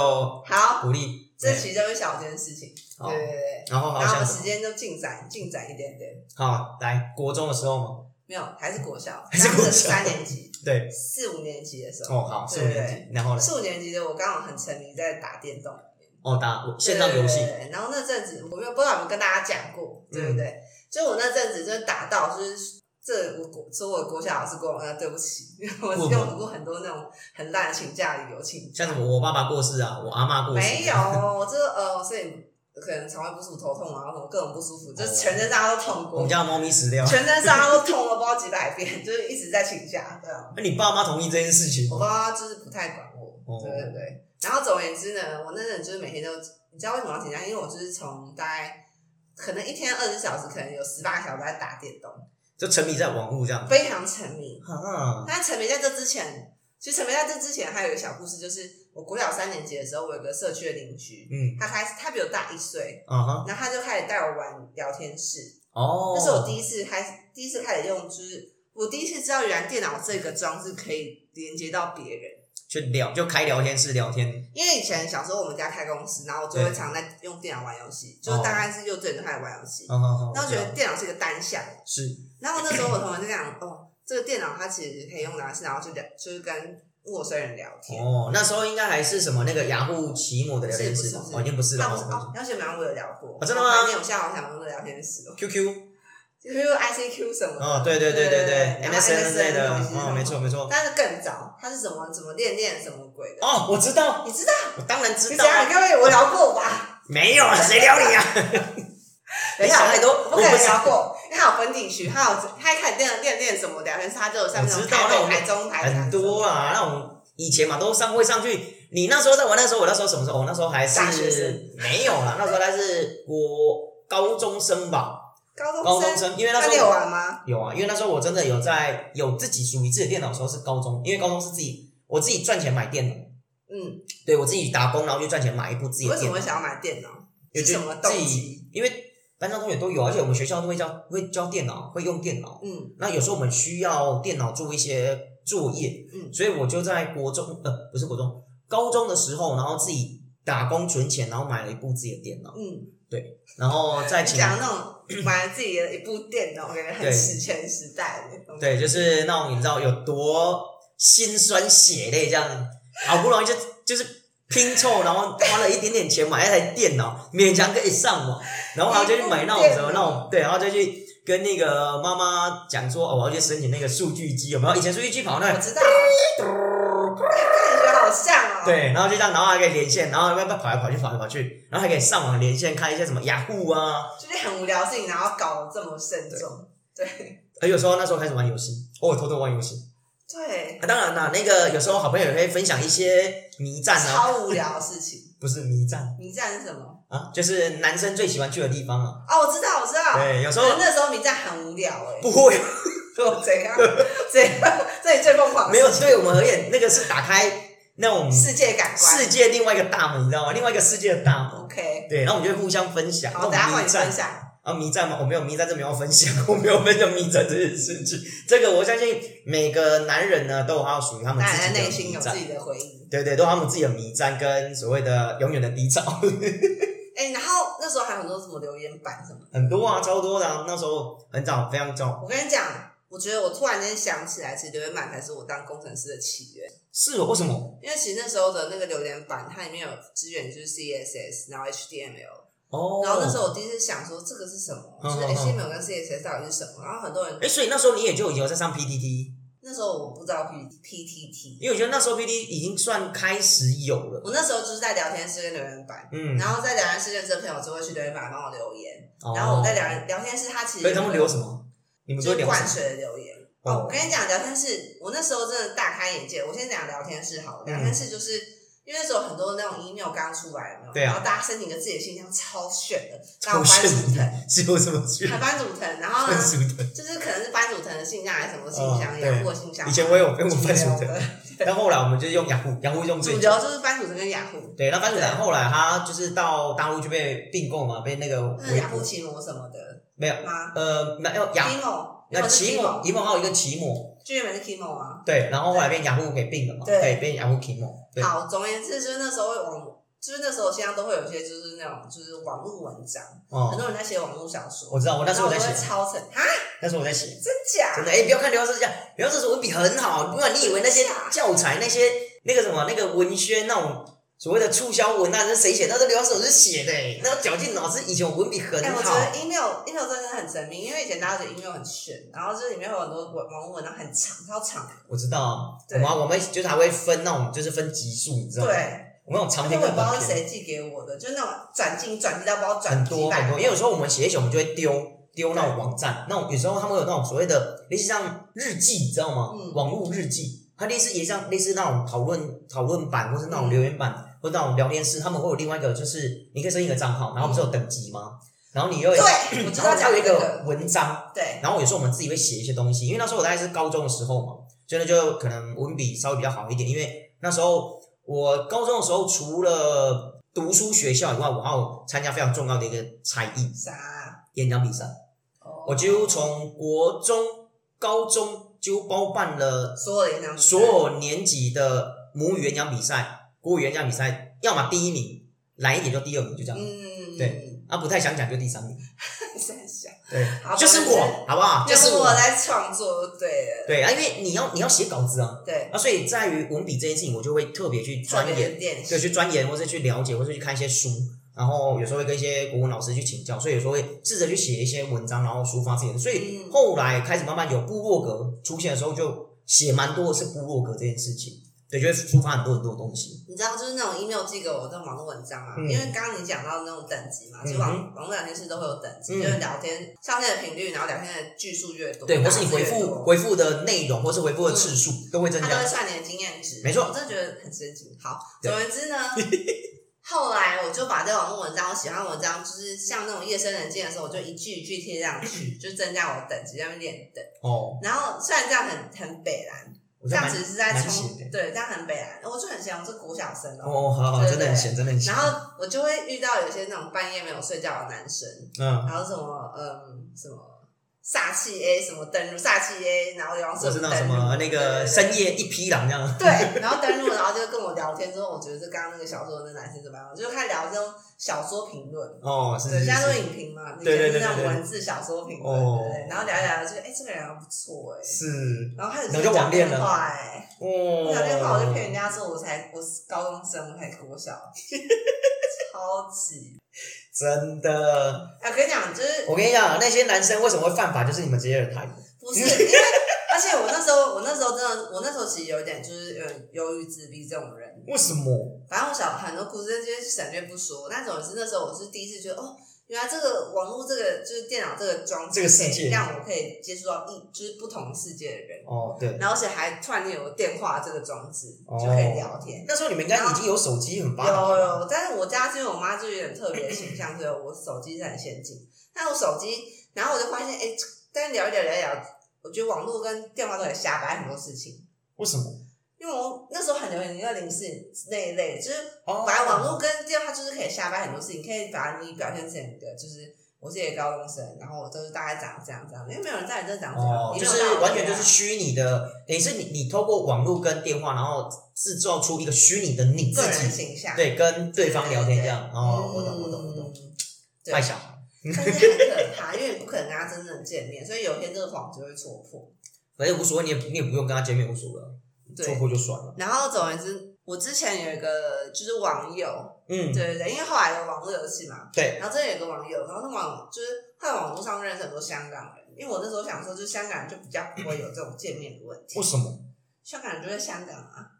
[SPEAKER 1] 好，
[SPEAKER 2] 鼓励。
[SPEAKER 1] 这
[SPEAKER 2] 对
[SPEAKER 1] 其中一小件事情，
[SPEAKER 2] 好
[SPEAKER 1] 对对对。
[SPEAKER 2] 然后哦好
[SPEAKER 1] 然后我
[SPEAKER 2] 像
[SPEAKER 1] 们
[SPEAKER 2] 什么
[SPEAKER 1] 时间就进展进展一点点，
[SPEAKER 2] 好来国中的时候嘛，
[SPEAKER 1] 没有，还是国小，
[SPEAKER 2] [laughs] 还是国小
[SPEAKER 1] 当时三年级，
[SPEAKER 2] 对，
[SPEAKER 1] 四五年级的时候，
[SPEAKER 2] 哦好，四五年级，然后呢？
[SPEAKER 1] 四五年级的我刚好很沉迷在打电动里面，
[SPEAKER 2] 哦，打线上游戏嗯
[SPEAKER 1] 对，对对然后那阵子我没有不知道有没有跟大家讲过，对不对？就我那阵子就是打到就是。这我国说我国小老师跟我说对不起， [laughs] 我
[SPEAKER 2] 为什么
[SPEAKER 1] 用过很多那种很烂的请假理由请
[SPEAKER 2] 像什么我爸爸过世啊，我阿妈过世，
[SPEAKER 1] 没有，我这呃，所以可能肠胃不舒服、头痛啊，什么各种不舒服，就是全身上下都痛
[SPEAKER 2] 哦我
[SPEAKER 1] 过
[SPEAKER 2] 们，家的猫咪死掉。
[SPEAKER 1] 全身上下都痛了不知道几百遍，就是一直在请假，对啊。
[SPEAKER 2] 哎那你爸妈同意这件事情
[SPEAKER 1] 我
[SPEAKER 2] 吗？
[SPEAKER 1] 爸就是不太管我，
[SPEAKER 2] 哦
[SPEAKER 1] 对对对。然后总而言之呢，我那阵就是每天都，你知道为什么要请假？因为我就是从大概可能一天二十小时，可能有十八小时在打电动，
[SPEAKER 2] 就沉迷在网络这样。
[SPEAKER 1] 非常沉迷。
[SPEAKER 2] 啊，
[SPEAKER 1] 那陈梅在这之前，其实陈梅在这之前还有一个小故事，就是我国小三年级的时候，我有个社区的邻居，
[SPEAKER 2] 嗯，
[SPEAKER 1] 他开始他比我大一岁，
[SPEAKER 2] 啊哈，
[SPEAKER 1] 然后他就开始带我玩聊天室，
[SPEAKER 2] 哦，
[SPEAKER 1] 那是我第一次开始，第一次开始用，就是我第一次知道原来电脑这个装置可以连接到别人。
[SPEAKER 2] 去聊，就开聊天室聊天，
[SPEAKER 1] 因为以前小时候我们家开公司，然后我就会
[SPEAKER 2] 对哦
[SPEAKER 1] 常在用电脑玩游戏，就是大概是幼稚园就开始玩游戏。
[SPEAKER 2] 啊哈，
[SPEAKER 1] 那我觉
[SPEAKER 2] 对
[SPEAKER 1] 得
[SPEAKER 2] 啊
[SPEAKER 1] 电脑是一个单向，
[SPEAKER 2] 是
[SPEAKER 1] 然后那时候我同学就讲，哦，这个电脑它其实可以用拿去，然后去聊，就是跟陌生人聊天。
[SPEAKER 2] 哦，那时候应该还是什么那个雅虎奇摩的聊天室
[SPEAKER 1] 是
[SPEAKER 2] 吧
[SPEAKER 1] 不，是
[SPEAKER 2] 哦，已经不是了
[SPEAKER 1] 那不是哦
[SPEAKER 2] 哦，
[SPEAKER 1] 要写马上我有聊过，
[SPEAKER 2] 哦真的吗
[SPEAKER 1] 怀念我现在好想用这个聊天室哦
[SPEAKER 2] ，QQ，
[SPEAKER 1] ，QQ、ICQ 什么的。
[SPEAKER 2] 哦，对对对
[SPEAKER 1] 对
[SPEAKER 2] 对对
[SPEAKER 1] 然后
[SPEAKER 2] ，MSN 之类
[SPEAKER 1] MSN
[SPEAKER 2] 的，
[SPEAKER 1] 东西
[SPEAKER 2] 哦，没错没错，
[SPEAKER 1] 但是更早，它是什么怎么恋恋什么鬼的？
[SPEAKER 2] 哦，我知道，
[SPEAKER 1] 你知道？
[SPEAKER 2] 我当然
[SPEAKER 1] 你
[SPEAKER 2] 知
[SPEAKER 1] 怎
[SPEAKER 2] 道啊，
[SPEAKER 1] 样？各位，我聊过吧？
[SPEAKER 2] 没有啊，谁聊你啊？
[SPEAKER 1] [laughs] 等一下，
[SPEAKER 2] 想太多
[SPEAKER 1] 我不可能聊过，因为它有分地区，它有它还看恋恋恋什么聊天室，它就有上面那
[SPEAKER 2] 我
[SPEAKER 1] 种
[SPEAKER 2] 知道
[SPEAKER 1] 台
[SPEAKER 2] 那
[SPEAKER 1] 北、台
[SPEAKER 2] 种
[SPEAKER 1] 中、台南
[SPEAKER 2] 很多啊，那种以前嘛都上会上去。你那时候在玩，那时候我那时候什么时候？我那时候还
[SPEAKER 1] 大学生
[SPEAKER 2] 是没有啦，那时候还是我高中生吧，
[SPEAKER 1] 高中
[SPEAKER 2] 高中
[SPEAKER 1] 生。
[SPEAKER 2] 生，因为那
[SPEAKER 1] 那
[SPEAKER 2] 时
[SPEAKER 1] 你
[SPEAKER 2] 候
[SPEAKER 1] 有
[SPEAKER 2] 我
[SPEAKER 1] 玩吗？
[SPEAKER 2] 有啊，因为那时候我真的有在有自己属于自己的电脑的时候是高中，因为高中是自己我自己赚钱买电脑，
[SPEAKER 1] 嗯，
[SPEAKER 2] 对我自己打工然后就赚钱买一部自己
[SPEAKER 1] 为
[SPEAKER 2] 的
[SPEAKER 1] 什
[SPEAKER 2] 电
[SPEAKER 1] 么
[SPEAKER 2] 脑
[SPEAKER 1] 会，想要买电脑？
[SPEAKER 2] 因为
[SPEAKER 1] 是
[SPEAKER 2] 就
[SPEAKER 1] 什么动
[SPEAKER 2] 自
[SPEAKER 1] 机
[SPEAKER 2] 己因为班上同学都有，而且我们学校都会教会教电脑，会用电脑，
[SPEAKER 1] 嗯，
[SPEAKER 2] 那有时候我们需要电脑做一些作业，
[SPEAKER 1] 嗯
[SPEAKER 2] 所以我就在国中呃不是国中，高中的时候，然后自己打工存钱，然后买了一部自己的电脑，
[SPEAKER 1] 嗯，
[SPEAKER 2] 然后再
[SPEAKER 1] 你
[SPEAKER 2] 请
[SPEAKER 1] 讲那种买自己的一部电脑，感觉很
[SPEAKER 2] 对
[SPEAKER 1] 史前时代的东西。
[SPEAKER 2] 对，就是那种你知道有多心酸血泪这样，好不容易就就是拼凑，然后花了一点点钱买一台电脑，勉强可以上网，然后然后就去买那种什么那种对，然后就去。跟那个妈妈讲说，哦，我要去申请那个数据机，有没有？以前数据机跑那
[SPEAKER 1] 我知道，啊感觉好像哦。，
[SPEAKER 2] 对，然后就这样，然后还可以连线，然后要不要跑来跑去，跑来跑去，然后还可以上网连线，看一些什么雅虎啊。
[SPEAKER 1] 就是很无聊的事情，然后搞得这么慎重。对
[SPEAKER 2] 而有时候那时候开始玩游戏，哦，偷偷玩游戏。
[SPEAKER 1] 对，
[SPEAKER 2] 啊、当然啦，那个有时候好朋友也会分享一些迷站啊，
[SPEAKER 1] 超无聊的事情。
[SPEAKER 2] 不是迷站
[SPEAKER 1] 你站是什么？
[SPEAKER 2] 啊，就是男生最喜欢去的地方啊。
[SPEAKER 1] 哦，我知道，我知道。
[SPEAKER 2] 对，有时
[SPEAKER 1] 可是
[SPEAKER 2] 候
[SPEAKER 1] 那时候你站很无聊哎、
[SPEAKER 2] 不会，
[SPEAKER 1] 怎样？怎样？这里最疯狂的
[SPEAKER 2] 没
[SPEAKER 1] 事
[SPEAKER 2] 有
[SPEAKER 1] 情，
[SPEAKER 2] 对我们而言，那个是打开那种
[SPEAKER 1] 世界感官。
[SPEAKER 2] 世界另外一个大门，你知道吗？另外一个世界的大门。
[SPEAKER 1] OK，
[SPEAKER 2] 对，然后我们就会互相分享。
[SPEAKER 1] 好，等
[SPEAKER 2] 那
[SPEAKER 1] 下
[SPEAKER 2] 种
[SPEAKER 1] 换
[SPEAKER 2] 迷
[SPEAKER 1] 你
[SPEAKER 2] 站
[SPEAKER 1] 分享。
[SPEAKER 2] 啊，迷战吗？我没有迷战，这没有分享， [laughs] 我没有分享迷战这件事情。这个我相信每个男人呢，都有他属于他们
[SPEAKER 1] 大家
[SPEAKER 2] 自己
[SPEAKER 1] 内
[SPEAKER 2] 的
[SPEAKER 1] 心
[SPEAKER 2] 迷
[SPEAKER 1] 有
[SPEAKER 2] 战
[SPEAKER 1] 自，己的回忆。
[SPEAKER 2] 对对，都有他们自己的迷战跟所谓的永远的低潮，
[SPEAKER 1] 哎、然后那时候还有很多什么留言板什么的。
[SPEAKER 2] 很多啊，超多的、啊。那时候很早，非常早，
[SPEAKER 1] 我跟你讲，我觉得我突然间想起来，其实留言板才是我当工程师的起源。
[SPEAKER 2] 是哦，为什么？
[SPEAKER 1] 因为其实那时候的那个留言板，它里面有支援就是 CSS，然后 HTML，
[SPEAKER 2] 哦，
[SPEAKER 1] 然后那时候我第一次想说这个是什么，就
[SPEAKER 2] 嗯
[SPEAKER 1] 是
[SPEAKER 2] 嗯嗯
[SPEAKER 1] HTML 跟 CSS 到底是什么？然后很多人
[SPEAKER 2] 哎，所以那时候你也就已经有在上 PTT，
[SPEAKER 1] 那时候我不知道 P PTT，
[SPEAKER 2] 因为我觉得那时候 PTT 已经算开始有了，
[SPEAKER 1] 我那时候就是在聊天室跟留言板，
[SPEAKER 2] 嗯，
[SPEAKER 1] 然后在聊天室认识的朋友就会去留言板帮我留言，
[SPEAKER 2] 哦
[SPEAKER 1] 然后我在聊聊天室，它其实
[SPEAKER 2] 所以他们留什么？你们
[SPEAKER 1] 就
[SPEAKER 2] 都
[SPEAKER 1] 是
[SPEAKER 2] 聊什
[SPEAKER 1] 灌
[SPEAKER 2] 么？
[SPEAKER 1] 水的留言。哦，我
[SPEAKER 2] 哦，
[SPEAKER 1] 跟你讲，聊天室，我那时候真的大开眼界。我先讲聊天室好了，聊天室就是、因为那时候很多那种 email 刚出来，有没有？
[SPEAKER 2] 嗯对啊
[SPEAKER 1] 然后大家申请个自己的信箱，超炫的，然后
[SPEAKER 2] 抽
[SPEAKER 1] 班
[SPEAKER 2] 炫
[SPEAKER 1] 主
[SPEAKER 2] [laughs]
[SPEAKER 1] 藤，
[SPEAKER 2] 是有什么炫？ [laughs]
[SPEAKER 1] 还班主藤，然后呢，
[SPEAKER 2] 是的，
[SPEAKER 1] 就是可能是班主藤的信箱还是什么信
[SPEAKER 2] 哦
[SPEAKER 1] 箱，
[SPEAKER 2] 对
[SPEAKER 1] 雅虎的信箱。
[SPEAKER 2] 以前我有跟我
[SPEAKER 1] 主
[SPEAKER 2] 分
[SPEAKER 1] 流
[SPEAKER 2] 享的。
[SPEAKER 1] 的，
[SPEAKER 2] 但后来我们就是用雅虎，雅虎
[SPEAKER 1] [laughs]
[SPEAKER 2] 用
[SPEAKER 1] 主
[SPEAKER 2] 最久。
[SPEAKER 1] 流就是班主藤跟雅虎，
[SPEAKER 2] 对，那番薯仔后来他就是到大陆去被并购嘛，被那个
[SPEAKER 1] 就是
[SPEAKER 2] 微
[SPEAKER 1] 雅虎奇摩什么的
[SPEAKER 2] 没有，
[SPEAKER 1] 吗
[SPEAKER 2] 呃，没有雅，
[SPEAKER 1] ？Kimo，
[SPEAKER 2] 那奇摩，
[SPEAKER 1] 摩，
[SPEAKER 2] 奇摩还有一个奇摩，
[SPEAKER 1] 就原本是 Kimo 啊。
[SPEAKER 2] 对，然后后来被雅虎给并了嘛，
[SPEAKER 1] 对
[SPEAKER 2] 对，被雅虎奇摩，对，
[SPEAKER 1] 好，总而言之，就是那时候会网，就是那时候现在都会有一些就是那种就是网络文章，很
[SPEAKER 2] 哦，
[SPEAKER 1] 多人在写网络小说。
[SPEAKER 2] 我知道，哦我那时候我在
[SPEAKER 1] 然后我
[SPEAKER 2] 写，
[SPEAKER 1] 会超成啊，
[SPEAKER 2] 那时候我在写，
[SPEAKER 1] 真假？
[SPEAKER 2] 真的，哎，不要看刘老师这样，刘
[SPEAKER 1] 啊
[SPEAKER 2] 老师文笔很好，不然你以为那些教材那些那个什么那个文宣那种所谓的促销文案是谁写的？这刘老师是写的、欸，那个绞尽脑汁。以前我文笔很
[SPEAKER 1] 哎、我觉
[SPEAKER 2] 好，
[SPEAKER 1] 得 email email 真的很神秘，因为以前大家觉得 email 很炫，然后就是里面会有很多文网文，然后很长，超长。
[SPEAKER 2] 我知道啊。我
[SPEAKER 1] 对
[SPEAKER 2] 们我们就是还会分那种，就是分级数，你知道吗？
[SPEAKER 1] 对，
[SPEAKER 2] 我们那种长
[SPEAKER 1] 而且
[SPEAKER 2] 篇
[SPEAKER 1] 我也
[SPEAKER 2] 跟
[SPEAKER 1] 不知道
[SPEAKER 2] 短
[SPEAKER 1] 是
[SPEAKER 2] 篇
[SPEAKER 1] 谁寄给我的，就是那种转进转寄到不知道转
[SPEAKER 2] 很
[SPEAKER 1] 几
[SPEAKER 2] 多
[SPEAKER 1] 百
[SPEAKER 2] 很多，
[SPEAKER 1] 个，
[SPEAKER 2] 因为有时候我们写一写，我们就会丢丢那种网站，那种有时候他们有那种所谓的类似像日记，你知道吗？
[SPEAKER 1] 嗯
[SPEAKER 2] 网络日记，它类似也像类似那种讨论讨论版，或是那
[SPEAKER 1] 嗯
[SPEAKER 2] 种留言版，或是那种聊天室，他们会有另外一个，就是你可以申请一个账号，然后不是有等级吗？然后你又有
[SPEAKER 1] 对，我知
[SPEAKER 2] 然后
[SPEAKER 1] 道
[SPEAKER 2] 它
[SPEAKER 1] 讲
[SPEAKER 2] 有
[SPEAKER 1] 这
[SPEAKER 2] 一个
[SPEAKER 1] 个，
[SPEAKER 2] 文章，
[SPEAKER 1] 对，
[SPEAKER 2] 然后有时候我们自己会写一些东西，因为那时候我大概是高中的时候嘛，所以呢就可能文笔稍微比较好一点，因为那时候我高中的时候除了读书学校以外，我还有参加非常重要的一个才艺
[SPEAKER 1] 啥啊？
[SPEAKER 2] 演讲比赛，
[SPEAKER 1] 哦
[SPEAKER 2] 我几乎从国中、高中几乎包办了
[SPEAKER 1] 所有的影响，
[SPEAKER 2] 所有年级的母语演讲比赛、国语演讲比赛，要么第一名，懒一点就第二名，就这样。
[SPEAKER 1] 嗯，
[SPEAKER 2] 对，啊，不太想讲就第三名，
[SPEAKER 1] 在想，
[SPEAKER 2] 对
[SPEAKER 1] 好，
[SPEAKER 2] [laughs] 就是我，好不好？就
[SPEAKER 1] 啊就是是我
[SPEAKER 2] 我，
[SPEAKER 1] 在创作，就对了，
[SPEAKER 2] 对啊，因为你要你要写稿子啊，
[SPEAKER 1] 对，
[SPEAKER 2] 啊，所以在于文笔这件事情，我就会特别去
[SPEAKER 1] 特
[SPEAKER 2] 钻
[SPEAKER 1] 别
[SPEAKER 2] 研
[SPEAKER 1] 是，练习
[SPEAKER 2] 对，去钻研，或是去了解，或是去看一些书，然后有时候会跟一些国文老师去请教，所以有时候会试着去写一些文章，然后抒发自己的。所以
[SPEAKER 1] 嗯
[SPEAKER 2] 后来开始慢慢有部落格出现的时候，就写蛮多的是部落格这件事情，对，就会抒发很多很多东西。
[SPEAKER 1] 你知道，就是那种 email 寄给我这种网络文章啊，
[SPEAKER 2] 嗯
[SPEAKER 1] 因为刚刚你讲到那种等级嘛，就
[SPEAKER 2] 嗯
[SPEAKER 1] 网网络聊天室都会有等级，
[SPEAKER 2] 嗯
[SPEAKER 1] 就是聊天上线的频率，然后聊天的句数越多，
[SPEAKER 2] 对，或是你
[SPEAKER 1] 打字
[SPEAKER 2] 回
[SPEAKER 1] 越
[SPEAKER 2] 复
[SPEAKER 1] 多
[SPEAKER 2] 回复的内容，或是回复的次数都会增
[SPEAKER 1] 嗯他
[SPEAKER 2] 加
[SPEAKER 1] 都。会算你的经验值，
[SPEAKER 2] 没错
[SPEAKER 1] 我真的觉得很神奇。好，
[SPEAKER 2] 对
[SPEAKER 1] 总而言之
[SPEAKER 2] [laughs]
[SPEAKER 1] 呢，后来我就把这网络文章，我喜欢的文章，就是像那种夜深人静的时候，我就一句一句贴上
[SPEAKER 2] [laughs]
[SPEAKER 1] 去，就增加我的等级，在那边练等。
[SPEAKER 2] 哦，
[SPEAKER 1] 然后虽然这样很很北蓝，
[SPEAKER 2] 我
[SPEAKER 1] 这
[SPEAKER 2] 在
[SPEAKER 1] 样
[SPEAKER 2] 蛮
[SPEAKER 1] 只是在
[SPEAKER 2] 蛮
[SPEAKER 1] 冲
[SPEAKER 2] 闲的，
[SPEAKER 1] 对，这样很北蓝，我就很闲，我是国小生哦。
[SPEAKER 2] 哦，好好，
[SPEAKER 1] 对
[SPEAKER 2] 真的很闲，真的很闲。
[SPEAKER 1] 然后我就会遇到有些那种半夜没有睡觉的男生，
[SPEAKER 2] 嗯，
[SPEAKER 1] 然后什么嗯什么煞气 A 什么登入煞气 A，然后然后
[SPEAKER 2] 我是那种什
[SPEAKER 1] 登入
[SPEAKER 2] 么啊那
[SPEAKER 1] 对对
[SPEAKER 2] 个
[SPEAKER 1] 对
[SPEAKER 2] 深夜一匹狼这样。
[SPEAKER 1] 对，然后登录，然后就跟我聊天之后，我觉得是刚刚那个小说的男生怎么样，就开始聊这种小说评论。
[SPEAKER 2] 哦，是
[SPEAKER 1] 对，
[SPEAKER 2] 是
[SPEAKER 1] 现在都
[SPEAKER 2] 是。
[SPEAKER 1] 影评嘛，以
[SPEAKER 2] 对对
[SPEAKER 1] 前是
[SPEAKER 2] 对
[SPEAKER 1] 那种
[SPEAKER 2] 对对
[SPEAKER 1] 文字小说评论，
[SPEAKER 2] 哦
[SPEAKER 1] 对不对？然后聊一聊，就哎、这个人还不错哎、
[SPEAKER 2] 是
[SPEAKER 1] 然后开始
[SPEAKER 2] 然后就网恋了
[SPEAKER 1] 讲电话哎、
[SPEAKER 2] 哦，
[SPEAKER 1] 我讲电话我就骗人家说我才我是高中生，我才国小， [laughs] 超级。
[SPEAKER 2] 真的，
[SPEAKER 1] 哎、我跟你讲，就是
[SPEAKER 2] 我跟你讲，那些男生为什么会犯法，就是你们这些人害的。
[SPEAKER 1] 不是因为，而且我那时候我那时候真的，我那时候其实有一点就是有点忧郁自闭这种人，
[SPEAKER 2] 为什么？
[SPEAKER 1] 反正我小很多故事这些省略不说，但总之那时候我是第一次觉得哦，原来这个网络这个就是电脑这个装置，
[SPEAKER 2] 这个世界
[SPEAKER 1] 让我可以接触到一就是不同世界的人，
[SPEAKER 2] 哦，对，
[SPEAKER 1] 然后而且还突然间有电话这个装置、
[SPEAKER 2] 哦
[SPEAKER 1] 就可以聊天。
[SPEAKER 2] 那时候你们应该已经有手机，很
[SPEAKER 1] 有
[SPEAKER 2] 发达 [laughs] 了。
[SPEAKER 1] 有，但是我家是因为我妈就有点特别的形象，所以我手机是很先进。但我手机，然后我就发现，哎、但是聊一聊聊一聊，我觉得网络跟电话都很瞎掰很多事情。
[SPEAKER 2] 为什么？
[SPEAKER 1] 因为我那时候很流行二零四那一类，就是
[SPEAKER 2] 哦
[SPEAKER 1] 反正网络跟电话就是可以下班很多事情，可以把你表现成一个就是我是一个高中生，然后我都是大概长这样这样，因为没有人知道你真的长怎样，
[SPEAKER 2] 哦，
[SPEAKER 1] 你
[SPEAKER 2] 就
[SPEAKER 1] 没有
[SPEAKER 2] 是
[SPEAKER 1] 办法
[SPEAKER 2] 完全就是
[SPEAKER 1] 知道
[SPEAKER 2] 虚拟的，等于是你你透过网络跟电话，然后制造出一个虚拟的你自
[SPEAKER 1] 啊个人
[SPEAKER 2] 己，
[SPEAKER 1] 形象，
[SPEAKER 2] 对，跟对方聊天这样。哦，
[SPEAKER 1] 嗯
[SPEAKER 2] 我懂，我懂，我懂。。
[SPEAKER 1] 对
[SPEAKER 2] 爱，小孩，
[SPEAKER 1] 但是很可怕，因为你不可能跟他真正见面，所以有一天这个谎就会戳破。
[SPEAKER 2] 反正无所谓，你也你也不用跟他见面，无所谓了，错
[SPEAKER 1] 对，
[SPEAKER 2] 过就算了。
[SPEAKER 1] 然后总而言之，我之前有一个就是网友，
[SPEAKER 2] 嗯
[SPEAKER 1] 对，对对，因为后来有网络游戏嘛，
[SPEAKER 2] 对，
[SPEAKER 1] 然后这里有个网友，然后那网友就是在网络上认识很多香港人，因为我那时候想说，就是香港人就比较不会有这种见面的问题
[SPEAKER 2] 为，什么？
[SPEAKER 1] 香港人就在香港啊，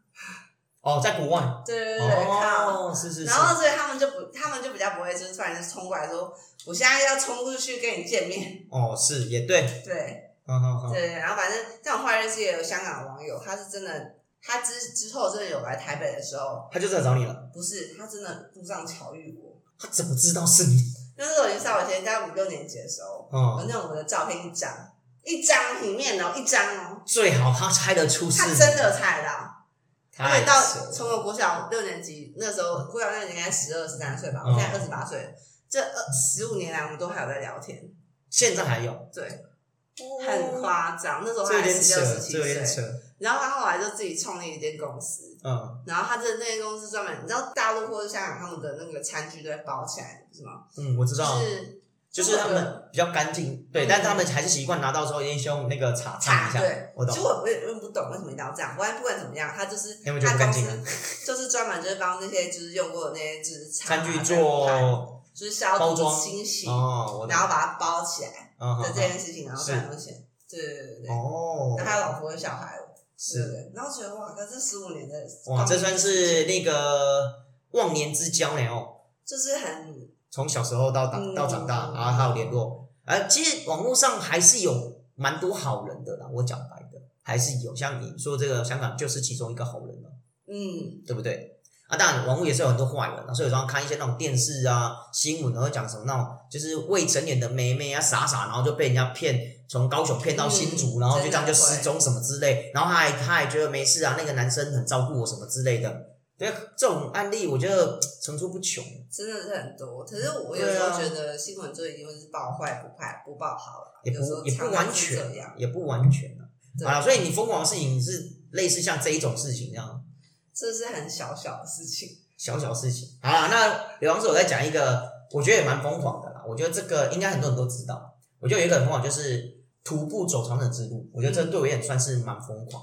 [SPEAKER 2] 哦，在国外。
[SPEAKER 1] 对对对对，靠
[SPEAKER 2] 哦，是是是。
[SPEAKER 1] 然后所以他们就不，他们就比较不会就是突然就冲过来说，我现在要冲出去跟你见面，
[SPEAKER 2] 哦，是也对，
[SPEAKER 1] 对
[SPEAKER 2] 嗯嗯嗯。
[SPEAKER 1] 对，然后反正但我后来认识也有香港的网友，他是真的，他之之后真的有来台北的时候，
[SPEAKER 2] 他就真的找你了，
[SPEAKER 1] 不是他真的路上巧遇我，
[SPEAKER 2] 他怎么知道是你？
[SPEAKER 1] 那时候我已经上小学，大概五六年级的时候，我
[SPEAKER 2] 哦，
[SPEAKER 1] 那我的照片一张，一张里面哦，一张哦，
[SPEAKER 2] 最好他猜得出是
[SPEAKER 1] 他
[SPEAKER 2] 你，
[SPEAKER 1] 真的有猜到。因
[SPEAKER 2] 太
[SPEAKER 1] 为到
[SPEAKER 2] 扯了
[SPEAKER 1] 从我国小六年级那时候，国小六年级应该十二十三岁吧，我
[SPEAKER 2] 嗯
[SPEAKER 1] 现在二十八岁了，这二十五年来我们都还有在聊天，
[SPEAKER 2] 现在还有，
[SPEAKER 1] 对，很夸张。那时候
[SPEAKER 2] 哦这有
[SPEAKER 1] 他才
[SPEAKER 2] 点
[SPEAKER 1] 十
[SPEAKER 2] 扯
[SPEAKER 1] 六十，
[SPEAKER 2] 这有
[SPEAKER 1] 七
[SPEAKER 2] 点扯
[SPEAKER 1] 岁，，然后他后来就自己创立一间公司，
[SPEAKER 2] 嗯
[SPEAKER 1] 然后他的那间公司专门，你知道大陆或者香港他们的那个餐具都会包起来，是吗？
[SPEAKER 2] 嗯，我知
[SPEAKER 1] 就
[SPEAKER 2] 道，
[SPEAKER 1] 是
[SPEAKER 2] 就是他们比较干净，
[SPEAKER 3] 嗯
[SPEAKER 2] 对，但他们还是习惯拿到之后先用那个擦
[SPEAKER 3] 擦
[SPEAKER 2] 擦一下
[SPEAKER 3] 对。
[SPEAKER 2] 我
[SPEAKER 1] 其
[SPEAKER 2] 懂
[SPEAKER 1] 实，我我也我也不懂为什么一定要这样，不管不管怎么样，他就是
[SPEAKER 2] 因为就
[SPEAKER 1] 他
[SPEAKER 2] 不干净啊
[SPEAKER 1] 公司 [laughs] 就是专门就是帮那些就是用过的那些就是擦
[SPEAKER 2] 餐具
[SPEAKER 1] 餐盘
[SPEAKER 2] 做
[SPEAKER 1] 就是消
[SPEAKER 2] 包
[SPEAKER 1] 毒
[SPEAKER 2] 装
[SPEAKER 1] 清洗，
[SPEAKER 2] 哦，我懂
[SPEAKER 1] 然后把它包起来
[SPEAKER 2] 嗯
[SPEAKER 1] 的
[SPEAKER 2] 好
[SPEAKER 1] 这件事情，然后
[SPEAKER 2] 是
[SPEAKER 1] 赚多钱，对对对对
[SPEAKER 2] 好哦
[SPEAKER 1] 然后，还有老婆跟小孩，对对
[SPEAKER 2] 是
[SPEAKER 1] 对，然后觉得哇，可是十五年的
[SPEAKER 2] 哇，这算
[SPEAKER 1] 光
[SPEAKER 2] 是
[SPEAKER 1] 阴
[SPEAKER 2] 那个忘年之交呢哦。
[SPEAKER 1] 就是很
[SPEAKER 2] 从小时候到大
[SPEAKER 1] 嗯
[SPEAKER 2] 到长大，然后还有联络。呃，其实网络上还是有蛮多好人的啦，我讲白的，还是有。像你说这个香港就是其中一个好人了，
[SPEAKER 1] 嗯
[SPEAKER 2] 对不对？啊，当然网络也是有很多坏人啊，所以有时候看一些那种电视啊新闻，然后讲什么那种就是未成年的妹妹啊傻傻，然后就被人家骗，从高雄骗到新竹，
[SPEAKER 1] 嗯
[SPEAKER 2] 然后就这样
[SPEAKER 1] 真的
[SPEAKER 2] 就失踪什么之类，然后他还他还觉得没事啊，那个男生很照顾我什么之类的。对，这种案例我觉得层出不穷。
[SPEAKER 1] 真的是很多，可是我有时候
[SPEAKER 2] 对啊
[SPEAKER 1] 觉得新闻就已经是报坏不坏不报好了，
[SPEAKER 2] 也
[SPEAKER 1] 有时候
[SPEAKER 2] 不也不
[SPEAKER 1] 常常
[SPEAKER 2] 完
[SPEAKER 1] 是这
[SPEAKER 2] 全
[SPEAKER 1] 样
[SPEAKER 2] 啊，，也不完全啊。
[SPEAKER 1] 对
[SPEAKER 2] 好了，所以你疯狂的事情是类似像这一种事情这样
[SPEAKER 1] 这是很小小的事情，
[SPEAKER 2] 小小事情。好了，那刘老师，我再讲一个，我觉得也蛮疯狂的啦。我觉得这个应该很多人都知道。我觉得有一个很疯狂，就是徒步走长城之路。我
[SPEAKER 1] 嗯
[SPEAKER 2] 觉得这对我也算是蛮疯狂。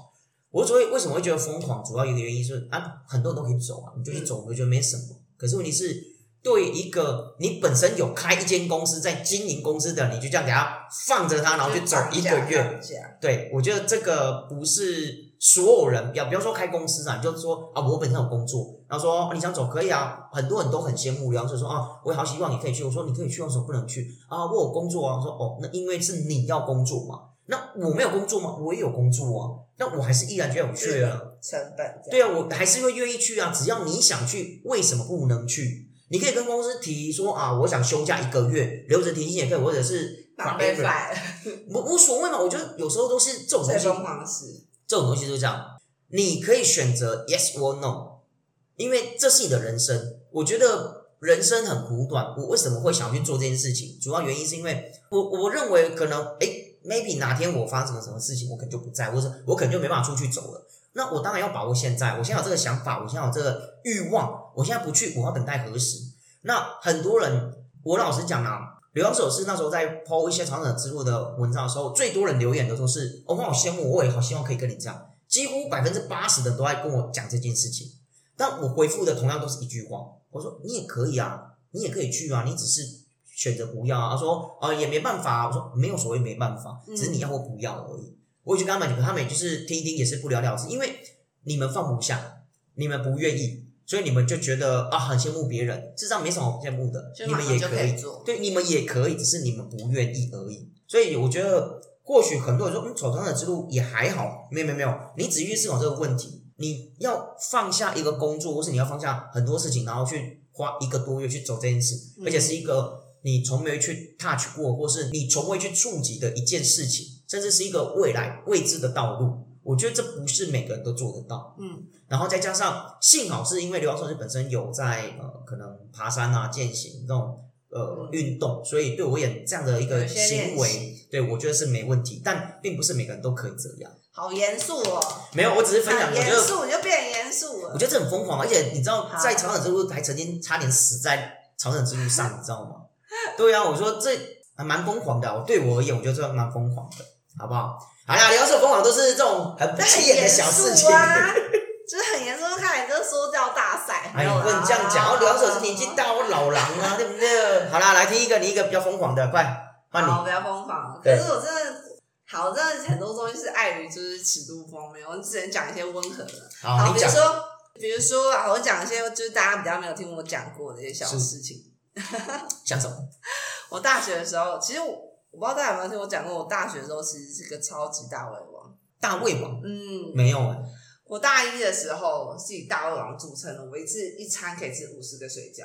[SPEAKER 2] 我所以为什么会觉得疯狂，主要一个原因是啊，很多人都可以走啊，你
[SPEAKER 1] 嗯
[SPEAKER 2] 就去走，我觉得没什么。可是问题是，对一个你本身有开一间公司在经营公司的，你就这样给他放着他，然后去走一个月，
[SPEAKER 1] 这样
[SPEAKER 2] 对，我觉得这个不是所有人，要不要说开公司啊，你就说啊，我本身有工作，然后说、哦你想走可以啊，很多人都很羡慕，然后就说啊，我也好希望你可以去，我说你可以去，为什么不能去啊？我有工作啊，我说哦，那因为是你要工作嘛，那我没有工作吗？我也有工作啊，那我还是依然觉得我去啊，
[SPEAKER 1] 成本这
[SPEAKER 2] 对
[SPEAKER 1] 样，
[SPEAKER 2] 啊，我还是会愿意去啊，只要你想去，为什么不能去？你可以跟公司提说啊，我想休假一个月，留着停薪也可以，或者是
[SPEAKER 1] 把被
[SPEAKER 2] whatever
[SPEAKER 1] 反
[SPEAKER 2] 无无所谓嘛，我觉得有时候都是这种东
[SPEAKER 1] 最
[SPEAKER 2] 西，
[SPEAKER 1] 疯狂的事，
[SPEAKER 2] 这种东西就是这样，你可以选择 yes or no，因为这是你的人生。我觉得人生很苦短，我为什么会想去做这件事情？主要原因是因为我我认为可能诶 maybe 哪天我发生了什么事情，我可能就不在，或者我可能就没办法出去走了。那我当然要把握现在，我现在有这个想法，我现在有这个欲望，我现在不去，我要等待何时？那很多人，我老实讲啊，流浪手是那时候在抛一些长者之路的文章的时候，最多人留言的都是，哦，我好羡慕，我也好希望可以跟你这样。几乎百分之八十的人都在跟我讲这件事情，但我回复的同样都是一句话，我说你也可以啊，你也可以去啊，你只是选择不要啊。他说哦、也没办法、啊，我说没有所谓没办法，
[SPEAKER 1] 嗯
[SPEAKER 2] 只是你要或不要而已。我也去跟他们讲，他们也就是听一听也是不了了之，因为你们放不下，你们不愿意，所以你们就觉得啊很羡慕别人，事实上没什么好羡慕的
[SPEAKER 3] 就，
[SPEAKER 2] 你
[SPEAKER 3] 马
[SPEAKER 2] 们
[SPEAKER 3] 上
[SPEAKER 2] 也
[SPEAKER 3] 就
[SPEAKER 2] 可
[SPEAKER 3] 可
[SPEAKER 2] 以
[SPEAKER 3] 以，
[SPEAKER 1] 哦
[SPEAKER 3] 做。
[SPEAKER 2] 对，你们也可以，只是你们不愿意而已。所以我觉得，或许很多人说，嗯，走长的之路也还好，没有没有没有，你仔细去思考这个问题，你要放下一个工作，或是你要放下很多事情，然后去花一个多月去走这件事，
[SPEAKER 1] 嗯
[SPEAKER 2] 而且是一个你从没去 touch 过，或是你从未去触及的一件事情，甚至是一个未来未知的道路。我觉得这不是每个人都做得到。
[SPEAKER 3] 嗯，
[SPEAKER 2] 然后再加上，幸好是因为刘老师本身有在呃，可能爬山啊、健行这种呃
[SPEAKER 1] 嗯
[SPEAKER 2] 运动，所以对我演这样的一个
[SPEAKER 1] 有些
[SPEAKER 2] 行
[SPEAKER 1] 练
[SPEAKER 2] 为，
[SPEAKER 1] 习
[SPEAKER 2] 对我觉得是没问题。但并不是每个人都可以这样。
[SPEAKER 1] 好严肃哦，
[SPEAKER 2] 没有，我只是分享，
[SPEAKER 1] 很
[SPEAKER 2] 我觉
[SPEAKER 1] 严
[SPEAKER 2] 得
[SPEAKER 1] 肃你就变严肃
[SPEAKER 2] 我
[SPEAKER 1] 了，
[SPEAKER 2] 觉得这很疯狂，而且你知道，
[SPEAKER 1] 好
[SPEAKER 2] 在朝圣之路还曾经差点死在朝圣之路上，你知道吗？ [laughs] 对啊，我说这还蛮疯狂的啊、我对我而言，我觉得这蛮疯狂的，好不好？好啦，聊说疯狂都是这种很不
[SPEAKER 1] 但
[SPEAKER 2] 起
[SPEAKER 1] 很
[SPEAKER 2] 眼的
[SPEAKER 1] 严
[SPEAKER 2] 小事情
[SPEAKER 1] 肃。啊，就是很严肃，看你这说教大赛，没
[SPEAKER 2] 哎，
[SPEAKER 1] 有
[SPEAKER 2] 你
[SPEAKER 1] 啦
[SPEAKER 2] 不能这样讲，我聊手是年纪大，我老狼啊，对不对？好啦，来听一个，你一个比较疯狂的，快换
[SPEAKER 1] 好，
[SPEAKER 2] 你。
[SPEAKER 1] 不要疯狂。
[SPEAKER 2] 对
[SPEAKER 1] 可是我真的，好，我真的很多东西是碍于就是尺度方面，我只能讲一些温和的。
[SPEAKER 2] 哦好，你
[SPEAKER 1] 比如
[SPEAKER 2] 讲。
[SPEAKER 1] 说，比如说啊，我讲一些就是大家比较没有听我讲过的一些小事
[SPEAKER 2] 嗯
[SPEAKER 1] 情。
[SPEAKER 2] 像什么？
[SPEAKER 1] 我大学的时候，其实我我不知道大家有没有听我讲过，我大学的时候其实是个超级大胃王。
[SPEAKER 2] 大胃王
[SPEAKER 1] 嗯，
[SPEAKER 2] 没有哎，
[SPEAKER 1] 我大一的时候是以大胃王著称的，我一次一餐可以吃五十个水饺，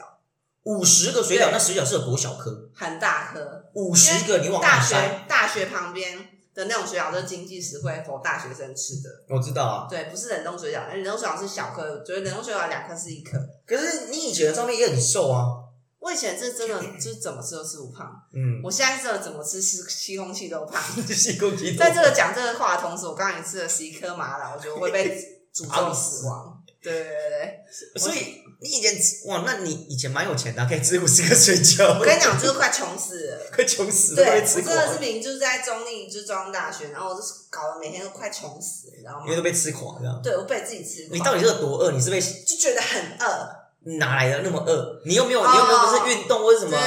[SPEAKER 2] 五十个水饺，
[SPEAKER 1] 对
[SPEAKER 2] 那水饺是有多小颗？
[SPEAKER 1] 很大颗。
[SPEAKER 2] 五十个，你往
[SPEAKER 1] 大
[SPEAKER 2] 哪
[SPEAKER 1] 学
[SPEAKER 2] 塞？
[SPEAKER 1] 大学旁边的那种水饺都是经济实惠，否大学生吃的。
[SPEAKER 2] 我知道啊，
[SPEAKER 1] 对，不是冷冻水饺，冷冻水饺是小颗，我觉得冷冻水饺两颗是一颗。
[SPEAKER 2] 可是你以前的照片也很瘦啊。
[SPEAKER 1] 我以前是真的就是怎么吃都吃不胖， [laughs]
[SPEAKER 2] 嗯，
[SPEAKER 1] 我现在真的怎么吃吸吸空气都胖。
[SPEAKER 2] [laughs] 吸空气。 [laughs]
[SPEAKER 1] 在这个讲这个话的同时，我刚才也吃了十一颗麻辣，我觉得我会被诅咒死亡。对对对对，
[SPEAKER 2] 所以你以前哇，那你以前蛮有钱的啊、可以吃五十个水饺，
[SPEAKER 1] 我跟你讲，就是快穷死
[SPEAKER 2] [laughs]
[SPEAKER 1] 了。
[SPEAKER 2] 快穷死了，
[SPEAKER 1] 对，
[SPEAKER 2] 会
[SPEAKER 1] 我
[SPEAKER 2] 吃
[SPEAKER 1] 真
[SPEAKER 2] 光，
[SPEAKER 1] 的是明明就是在中立，就是中央大学，然后我就是搞得每天都快穷死了，你知道
[SPEAKER 2] 因为
[SPEAKER 1] 吗？
[SPEAKER 2] 都被吃垮这样。
[SPEAKER 1] 对，我被自己吃垮，
[SPEAKER 2] 你到底是有多饿？你是被
[SPEAKER 1] 就觉得很饿。
[SPEAKER 2] 哪来的那么饿？你又没有，
[SPEAKER 1] 哦
[SPEAKER 2] 你又没有不是运动或者什
[SPEAKER 1] 这
[SPEAKER 2] 么？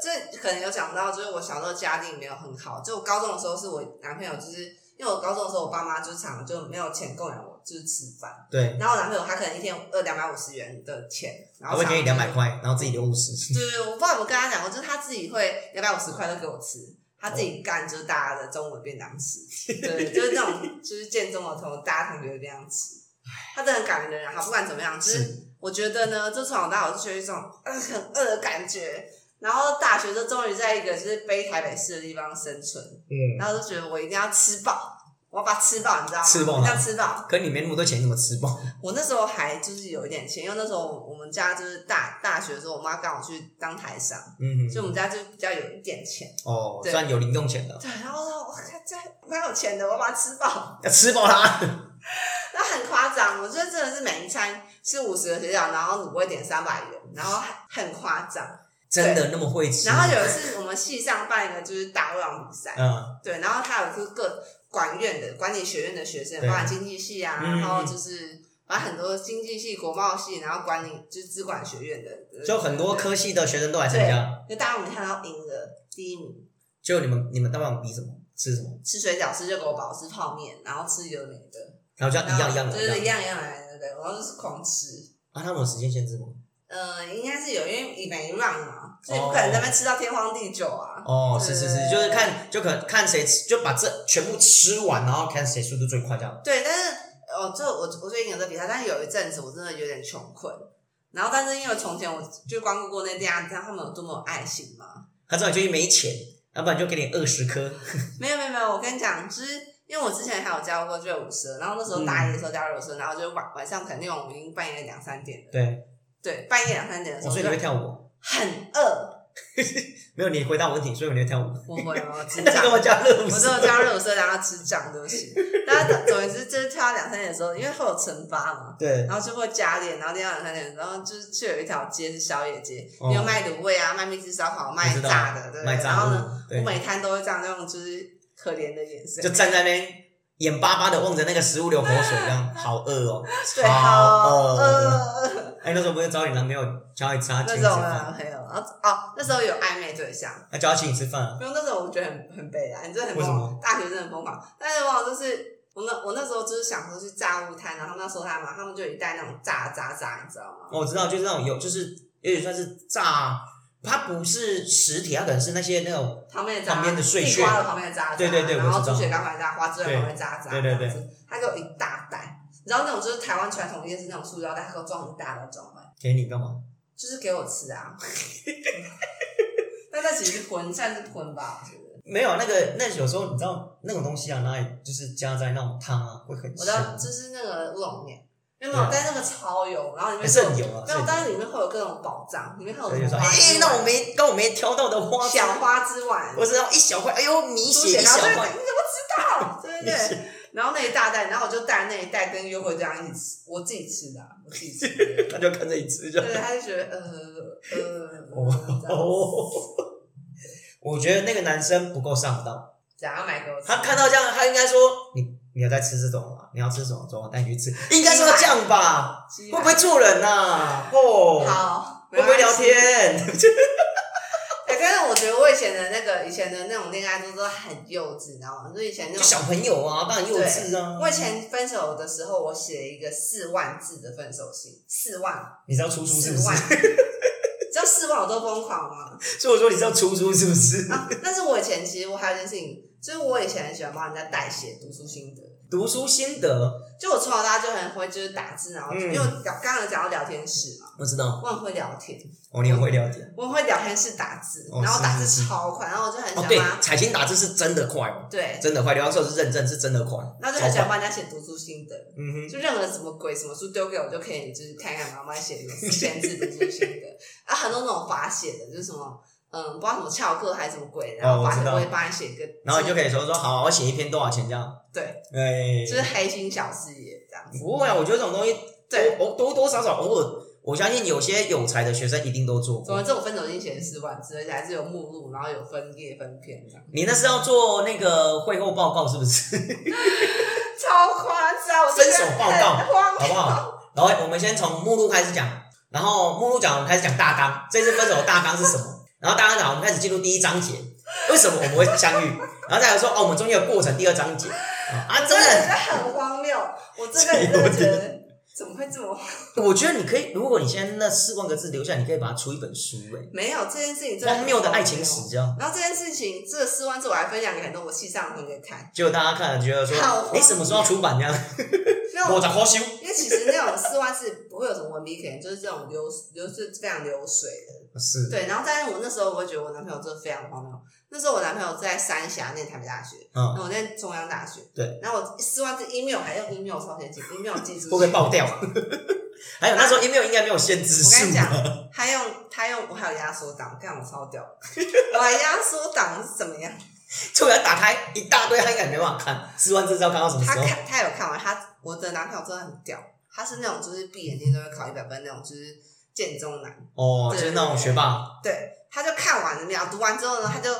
[SPEAKER 1] 这可能有讲到，就是我小时候家境没有很好，就我高中的时候是我男朋友，就是因为我高中的时候我爸妈就常就没有钱供养我，就是吃饭。
[SPEAKER 2] 对，
[SPEAKER 1] 然后我男朋友他可能一天呃两百五十元的钱，然
[SPEAKER 2] 我
[SPEAKER 1] 后
[SPEAKER 2] 会给你两
[SPEAKER 1] 常
[SPEAKER 2] 百块，然后自己留五十。
[SPEAKER 1] 对对，我不知道有没有跟他讲过，就是他自己会两百五十块都给我吃，
[SPEAKER 2] 哦
[SPEAKER 1] 他自己干就是大家的中午的便当吃，
[SPEAKER 2] [laughs]
[SPEAKER 1] 对，就是那种就是建中的同大家同学的便当吃，他真的很感人的人，他不管怎么样，就是
[SPEAKER 2] 是，
[SPEAKER 1] 我觉得呢，就从小到大我就觉得一种呃很饿的感觉，然后大学就终于在一个就是非台北市的地方生存，
[SPEAKER 2] 嗯，
[SPEAKER 1] 然后就觉得我一定要吃饱。我要把它吃饱，你知道吗？
[SPEAKER 2] 吃饱
[SPEAKER 1] 一定要吃饱。
[SPEAKER 2] 可你没那么多钱，你怎么吃饱？
[SPEAKER 1] 我那时候还就是有一点钱，因为那时候我们家就是大大学的时候，我妈刚好去当台商，
[SPEAKER 2] 嗯，
[SPEAKER 1] 所以我们家就比较有一点钱。
[SPEAKER 2] 哦，
[SPEAKER 1] 对
[SPEAKER 2] 算有零用钱的，
[SPEAKER 1] 对，然后呢，我看这蛮有钱的，我把它吃饱，
[SPEAKER 2] 要吃饱啦。
[SPEAKER 1] 那很夸张。我觉得真的是每一餐吃五十个水饺，然后你不会点三百元，然后很很夸张。
[SPEAKER 2] 真的那么会吃？
[SPEAKER 1] 然后有一次我们系上办一个就是大胃王比赛，
[SPEAKER 2] 嗯，
[SPEAKER 1] 对，然后他有就是各管院的管理学院的学生，
[SPEAKER 2] 对
[SPEAKER 1] 包含经济系啊，
[SPEAKER 2] 嗯
[SPEAKER 1] 然后就是把很多经济系、国贸系，然后管理就是资管学院的，
[SPEAKER 2] 就很多科系的学生都来参
[SPEAKER 1] 对
[SPEAKER 2] 加。，
[SPEAKER 1] 就大家我们看到赢了第一名，
[SPEAKER 2] 就你们你们大班比什么吃什么，
[SPEAKER 1] 吃水饺、吃热狗堡、吃泡面，然后吃有美的。
[SPEAKER 2] 然后就啊要一样一样的
[SPEAKER 1] 对
[SPEAKER 2] 这
[SPEAKER 1] 对，一
[SPEAKER 2] 样。
[SPEAKER 1] 样一样来的，对，然后就是狂吃。
[SPEAKER 2] 啊，他们有时间限制吗？
[SPEAKER 1] 呃，应该是有，因为你没让嘛，所以不可能在那边吃到天荒地久啊。
[SPEAKER 2] 哦，是是是，
[SPEAKER 1] 对
[SPEAKER 2] 就是看就可看谁吃，就把这全部吃完，然后看谁速度最快这样。
[SPEAKER 1] 对，但是哦，就我我最近有在比赛，但是有一阵子我真的有点穷困。然后，但是因为从前我就光顾过那家，你知道他们有多么有爱心吗？
[SPEAKER 2] 他知道你最近没钱，要不然就给你二十颗。
[SPEAKER 1] 没有没有没有，我跟你讲，就是因为我之前还有加入过热舞社，然后那时候大一的时候加入热舞社，然后就晚晚上可能那种已经半夜两三点了，
[SPEAKER 2] 对，
[SPEAKER 1] 对，半夜两三点的时
[SPEAKER 2] 我
[SPEAKER 1] 候
[SPEAKER 2] 哦
[SPEAKER 1] 就
[SPEAKER 2] 所以你会跳舞？
[SPEAKER 1] 很饿，
[SPEAKER 2] 没有，你回答我问题，所以你会跳舞。
[SPEAKER 1] 我我我知 [laughs]
[SPEAKER 2] [laughs] 那你
[SPEAKER 1] 道
[SPEAKER 2] 干嘛加热舞
[SPEAKER 1] 我
[SPEAKER 2] 社？
[SPEAKER 1] 只有加热舞社，然后吃酱，对不起。但是总而言之，就是跳到两三点的时候，因为会有惩罚嘛，
[SPEAKER 2] 对，
[SPEAKER 1] 然后就会加点，然后练到两三点，然后就是就有一条街是宵夜街，
[SPEAKER 2] 哦
[SPEAKER 1] 有卖卤味啊，卖蜜汁烧烤，卖
[SPEAKER 2] 知道
[SPEAKER 1] 炸的，对不对？
[SPEAKER 2] 卖
[SPEAKER 1] 然
[SPEAKER 2] 炸
[SPEAKER 1] 后呢，
[SPEAKER 2] 物，
[SPEAKER 1] 我
[SPEAKER 2] 对，
[SPEAKER 1] 每摊都会这样用，就是可怜的眼神
[SPEAKER 2] 就，站在那边眼巴巴的望着那个食物流口水，
[SPEAKER 1] [laughs]
[SPEAKER 2] 这样好饿哦，
[SPEAKER 1] 对，
[SPEAKER 2] 好
[SPEAKER 1] 好
[SPEAKER 2] 饿。
[SPEAKER 1] 饿。
[SPEAKER 2] 哎，那时候不是找你男朋友叫你吃他
[SPEAKER 1] 那 [laughs] 啊
[SPEAKER 2] 请你
[SPEAKER 1] 时
[SPEAKER 2] 吃
[SPEAKER 1] 候我有男
[SPEAKER 2] 饭，
[SPEAKER 1] 朋友，然后哦，那时候有暧昧对象，
[SPEAKER 2] 他叫他请你吃饭啊，
[SPEAKER 1] 不用，那时候我觉得很很悲啊哀，你真的很
[SPEAKER 2] 为
[SPEAKER 1] 疯
[SPEAKER 2] 什么
[SPEAKER 1] 狂，大学真的很疯狂。但是往往就是我那我那时候就是想说去炸物摊，然后那时候他们他们就有一袋那种炸炸炸，你知道吗？
[SPEAKER 2] 哦我知道，就是那种有，就是有点算是炸，它不是实体，它可能是那些那种，
[SPEAKER 1] 旁边的炸，
[SPEAKER 2] 旁边的碎屑
[SPEAKER 1] 地瓜的旁边的炸炸，
[SPEAKER 2] 对对对
[SPEAKER 1] 然后
[SPEAKER 2] 我知道
[SPEAKER 1] 猪血糕旁边的炸，花枝的旁边的炸炸，
[SPEAKER 2] 对对对对
[SPEAKER 1] 这样子，他给我一大袋，你知道那种就是台湾传统夜市那种塑料袋，他给我装一大袋装回来，
[SPEAKER 2] 给你干嘛？
[SPEAKER 1] 就是给我吃啊。 [laughs] 但那其实是荤，算是荤吧，我觉得。
[SPEAKER 2] 没有啊那个，那有时候你知道那种东西啊，拿来就是加在那种汤啊，会很
[SPEAKER 1] 我知道，
[SPEAKER 2] 香，
[SPEAKER 1] 就是那个乌龙面，没有没有，但是那个超油，然后里
[SPEAKER 2] 啊还
[SPEAKER 1] 面
[SPEAKER 2] 是
[SPEAKER 1] 有
[SPEAKER 2] 很油啊。
[SPEAKER 1] 没有，
[SPEAKER 2] 所以
[SPEAKER 1] 但是里面会有各种宝藏，里面会
[SPEAKER 2] 所以
[SPEAKER 1] 有什
[SPEAKER 2] 就说，
[SPEAKER 1] 么花
[SPEAKER 2] 哎，
[SPEAKER 1] 枝
[SPEAKER 2] 那我
[SPEAKER 1] 丸
[SPEAKER 2] 没刚我没挑到的花，
[SPEAKER 1] 小花之丸，
[SPEAKER 2] 我只要一小块，哎呦，米
[SPEAKER 1] 猪
[SPEAKER 2] 血
[SPEAKER 1] 血
[SPEAKER 2] 一
[SPEAKER 1] 糕，
[SPEAKER 2] 小
[SPEAKER 1] 对你怎
[SPEAKER 2] 块，
[SPEAKER 1] 么知道？对
[SPEAKER 2] [laughs]
[SPEAKER 1] 对对。然后那一大袋，然后我就带那一袋跟约会对象一起吃，我自己吃的啊，我自己吃的。
[SPEAKER 2] 他就看着你吃就好。
[SPEAKER 1] 对，他就觉得呃呃，这样
[SPEAKER 2] [laughs] 哦，我觉得那个男生不够上道。
[SPEAKER 1] 想要买给我吃。
[SPEAKER 2] 他看到这样，他应该说：“你你有在吃这种吗？你要吃什么？中我带你去吃。”应该说这样吧，
[SPEAKER 1] 鸡排
[SPEAKER 2] 会不会做人呐、哦，
[SPEAKER 1] 好？
[SPEAKER 2] 会不会聊天？
[SPEAKER 1] 哎，但是我觉得我以前的那个以前的那种恋爱都都很幼稚，你知道吗？就以前那
[SPEAKER 2] 就
[SPEAKER 1] 种
[SPEAKER 2] 小朋友啊，当然幼稚啊。
[SPEAKER 1] 我以前分手的时候，我写了一个四万字的分手信，四万，
[SPEAKER 2] 你知道出书是
[SPEAKER 1] 四
[SPEAKER 2] 不是
[SPEAKER 1] 万？，只要四万我都疯狂吗？
[SPEAKER 2] 所以我说你知道出书是不
[SPEAKER 1] [laughs]
[SPEAKER 2] 是？
[SPEAKER 1] 啊！但是我以前其实我还有一件事情，就是我以前很喜欢帮人家代写读书心得，
[SPEAKER 2] 读书心得，
[SPEAKER 1] 就我从小到大就很会就是打字，然后、
[SPEAKER 2] 嗯
[SPEAKER 1] 因为我刚刚有讲到聊天室嘛，
[SPEAKER 2] 我知道
[SPEAKER 1] 我很会聊天，
[SPEAKER 2] 哦，你很会聊天
[SPEAKER 1] 我很会聊天室打字，
[SPEAKER 2] 哦
[SPEAKER 1] 然后打
[SPEAKER 2] 是是
[SPEAKER 1] 字
[SPEAKER 2] 是
[SPEAKER 1] 超快，然后我就很喜
[SPEAKER 2] 哦。
[SPEAKER 1] 欢
[SPEAKER 2] 对
[SPEAKER 1] 帮他，
[SPEAKER 2] 彩琴打字是真的快哦，
[SPEAKER 1] 对，
[SPEAKER 2] 真的快。刘教授是认真，是真的快。
[SPEAKER 1] 然后就很喜
[SPEAKER 2] 超
[SPEAKER 1] 欢
[SPEAKER 2] 快
[SPEAKER 1] 帮人家写读书心得。
[SPEAKER 2] 嗯哼，
[SPEAKER 1] 就任何什么鬼什么书丢给我，就可以就是看看，然后慢慢写一个四千字读书心得。啊，很多那种法写的，就是什么嗯，不知道什么翘课还是什么鬼，然
[SPEAKER 2] 哦
[SPEAKER 1] 后
[SPEAKER 2] 我
[SPEAKER 1] 法
[SPEAKER 2] 知
[SPEAKER 1] 写
[SPEAKER 2] 道
[SPEAKER 1] 我会帮你写一个，
[SPEAKER 2] 然后你就可以说说好，我写一篇多少钱这样。
[SPEAKER 1] 对，
[SPEAKER 2] 哎，
[SPEAKER 1] 就是黑心小事业这样子。
[SPEAKER 2] 不会啊，我觉得这种东西
[SPEAKER 1] 对
[SPEAKER 2] 多多多少少偶尔，我相信有些有才的学生一定都做
[SPEAKER 1] 怎么
[SPEAKER 2] 过。
[SPEAKER 1] 这种分手进行四万字，而且还是有目录，然后有分页分片这样， [laughs]
[SPEAKER 2] 你那是要做那个会后报告是不是？
[SPEAKER 1] 超夸张！我觉得
[SPEAKER 2] 分手报告
[SPEAKER 1] 很荒
[SPEAKER 2] 好不好？然后我们先从目录开始讲，然后目录讲，我们开始讲大纲。这次分手的大纲是什么？ [laughs] 然后大纲讲，我们开始进入第一章节，为什么我们会相遇？然后再来说，哦，我们中间有过程，第二章节啊啊，真
[SPEAKER 1] 真的
[SPEAKER 2] 的，
[SPEAKER 1] 是很荒谬，我真的真的觉得怎么会这么荒
[SPEAKER 2] 我觉得你可以，如果你现在那四万个字留下，你可以把它出一本书、欸，
[SPEAKER 1] 没有这件事情真的很
[SPEAKER 2] 荒谬的爱情史，这样。
[SPEAKER 1] 然后这件事情，这个四万字我还分享给很多我系上的同学看，
[SPEAKER 2] 结果大家看了觉得说
[SPEAKER 1] 好荒，
[SPEAKER 2] 你什么时候要出版这样？
[SPEAKER 1] 没有
[SPEAKER 2] 我咋好羞？
[SPEAKER 1] 因为其实那种四万字不会有什么文笔可言，就是这种流流是非常流水的。
[SPEAKER 2] 是，
[SPEAKER 1] 对，然后但是我那时候我会觉得我男朋友真的非常荒谬。那时候我男朋友在三峡念台北大学，
[SPEAKER 2] 嗯
[SPEAKER 1] 然，后我在中央大学，
[SPEAKER 2] 对，
[SPEAKER 1] 然后我四万字 email 还用 email 超前进，email 寄出去，
[SPEAKER 2] 会不会爆掉？啊 [laughs] 还有那时候 email 应该没有限制
[SPEAKER 1] 我跟
[SPEAKER 2] 数
[SPEAKER 1] 你讲
[SPEAKER 2] 吧？ [laughs]
[SPEAKER 1] [laughs] 他用他用我还有压缩档，干我超屌，我还压缩档是怎么样？
[SPEAKER 2] 突然打开一大堆，他应该也没办法看。四万字是要看到什么时
[SPEAKER 1] 他
[SPEAKER 2] 候？
[SPEAKER 1] 看他有看完，他我的男朋友真的很屌，他是那种就是闭眼睛都会考一百分那种，就是建中男。
[SPEAKER 2] 哦，
[SPEAKER 1] 对
[SPEAKER 2] 就是那种学霸，
[SPEAKER 1] 对，他就看完了秒读完之后呢，他就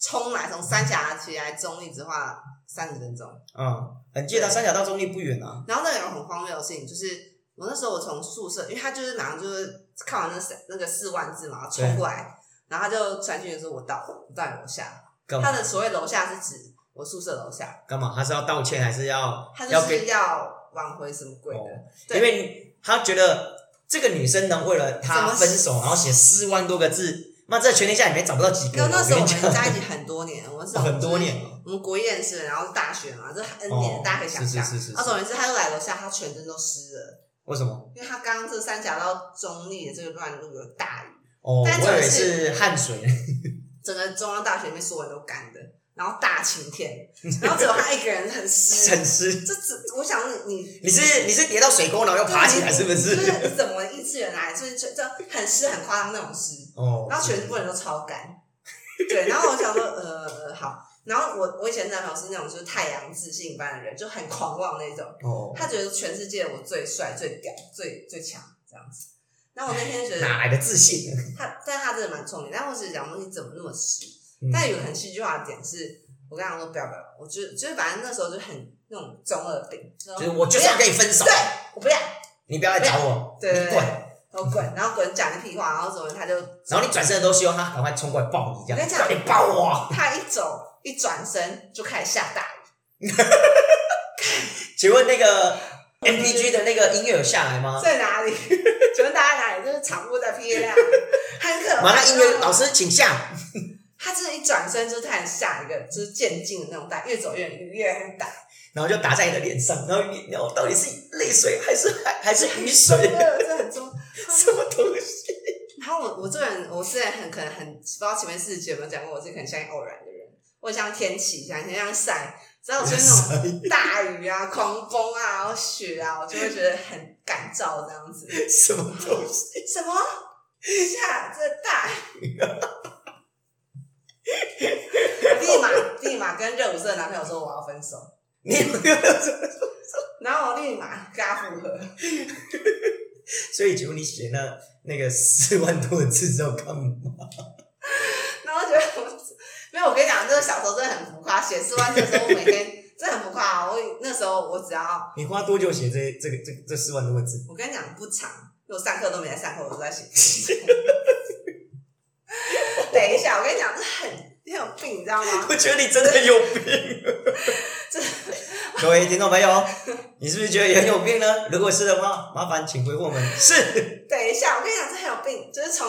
[SPEAKER 1] 冲来从三峡起来中立只花三十分钟。
[SPEAKER 2] 嗯，很近啊，三峡到中立不远啊。
[SPEAKER 1] 然后那有很荒谬的事情，就是我那时候我从宿舍，因为他就是马上就是看完那三那个四万字嘛，冲过来，然后他就传讯息说我到了，我在楼下。
[SPEAKER 2] 干
[SPEAKER 1] 他
[SPEAKER 2] 嘛？
[SPEAKER 1] 的所谓楼下是指我宿舍楼下，
[SPEAKER 2] 干嘛？他是要道歉还是要
[SPEAKER 1] 他就
[SPEAKER 2] 要
[SPEAKER 1] 是
[SPEAKER 2] 给？
[SPEAKER 1] 要挽回什么鬼的。
[SPEAKER 2] 哦
[SPEAKER 1] 对
[SPEAKER 2] 因为他觉得这个女生呢，为了
[SPEAKER 1] 怎
[SPEAKER 2] 他
[SPEAKER 1] 么
[SPEAKER 2] 分手，然后写四万多个字，妈，这全天下也没找不到几
[SPEAKER 1] 没
[SPEAKER 2] 个。
[SPEAKER 1] 有，那时候我们
[SPEAKER 2] 跟你讲，哦
[SPEAKER 1] 在一起很多年，我们是
[SPEAKER 2] 很多年了。
[SPEAKER 1] 我们国一认识的，然后是大学嘛，这 N 年，
[SPEAKER 2] 哦
[SPEAKER 1] 大家可以想象。
[SPEAKER 2] 是是是是是
[SPEAKER 1] 那总而言之，他又来楼下，他全身都湿了，
[SPEAKER 2] 为什么？
[SPEAKER 1] 因为他刚刚这三峡到中立的这个乱路有大雨，
[SPEAKER 2] 哦，我
[SPEAKER 1] 但重
[SPEAKER 2] 以为
[SPEAKER 1] 点是
[SPEAKER 2] 是汗水。
[SPEAKER 1] 整个中央大学里面所有人都干的，然后大晴天， [laughs] 然后只有他一个人很湿。
[SPEAKER 2] 沉思。
[SPEAKER 1] 这只我想你你
[SPEAKER 2] 你是你是跌到水沟然后又爬起来是不？
[SPEAKER 1] 就是是怎么异次元来？就是这这很湿很夸张那种湿。
[SPEAKER 2] [laughs] 哦
[SPEAKER 1] 然后全部人都超干。对，然后我想说，呃，呃好。然后我我以前男朋友是那种就是太阳自信般的人，就很狂妄那种。
[SPEAKER 2] 哦，
[SPEAKER 1] 他觉得全世界我最帅、最屌、最最强这样子。然后我那天觉得
[SPEAKER 2] 哪来的自信？
[SPEAKER 1] 他，但他真的蛮聪明。但我只是讲说你怎么那么湿？
[SPEAKER 2] 嗯
[SPEAKER 1] 但有个很戏剧化的点是，我跟他说不要不要，我就就是反正那时候就很那种中二病，就
[SPEAKER 2] 就是我就是要跟你分手
[SPEAKER 1] 对，我不要，
[SPEAKER 2] 你不要来找我，
[SPEAKER 1] 对对
[SPEAKER 2] 你滚。
[SPEAKER 1] 对，我滚，然后滚讲个屁话，然后怎么他就
[SPEAKER 2] 然后你转身的都希望他赶快冲过来抱你，这
[SPEAKER 1] 我跟
[SPEAKER 2] 样
[SPEAKER 1] 你讲
[SPEAKER 2] 快点抱我。
[SPEAKER 1] 他一走一转身就开始下大雨，
[SPEAKER 2] 请问那个 M P G 的那个音乐有下来吗？
[SPEAKER 1] 在哪里？ [laughs] 请问大家哪里？就是场部在批量，很可
[SPEAKER 2] 马
[SPEAKER 1] 怕。
[SPEAKER 2] 上音乐老师请下。
[SPEAKER 1] 他就是一转身就是开始下一个就是渐进的那种大，越走越雨越来越大，
[SPEAKER 2] 然后就打在你的脸上，然后你，然哦后到底是泪水还是还还是雨
[SPEAKER 1] 真 [laughs]
[SPEAKER 2] 水？
[SPEAKER 1] 的这很
[SPEAKER 2] [laughs]
[SPEAKER 1] 重。
[SPEAKER 2] 什么东西？
[SPEAKER 1] 然后我我这个人，我之前很可能很不知道前面四十集有没有讲过，我是很相信偶然的人，我很像天气，像很像晒，只要我就是那种大雨啊、狂风啊、然后雪啊，我就会觉得很干燥这样子。
[SPEAKER 2] 什么东西？
[SPEAKER 1] 什么？下这大雨我立马立马跟热舞社的男朋友说我要分手，
[SPEAKER 2] 你
[SPEAKER 1] 然后我立马跟他复合。
[SPEAKER 2] 所以，请问你写那那个四万多的字之后干嘛？
[SPEAKER 1] 然后我觉得我没有，我跟你讲，这个小时候真的很浮夸，写四万字的时候，我每天真的很浮夸啊。我那时候我只要
[SPEAKER 2] 你花多久写这这个这这四万多个字？
[SPEAKER 1] 我跟你讲不长，因为我上课都没在上课，我都在写。 [laughs] 等一下，我跟你讲，这很很有病，你知道吗？
[SPEAKER 2] 我觉得你真的有病。各位听众朋友，你是不是觉得也很有病呢？如果是的话，麻烦请回复我们。是，
[SPEAKER 1] 等一下，我跟你讲，这很有病，就是从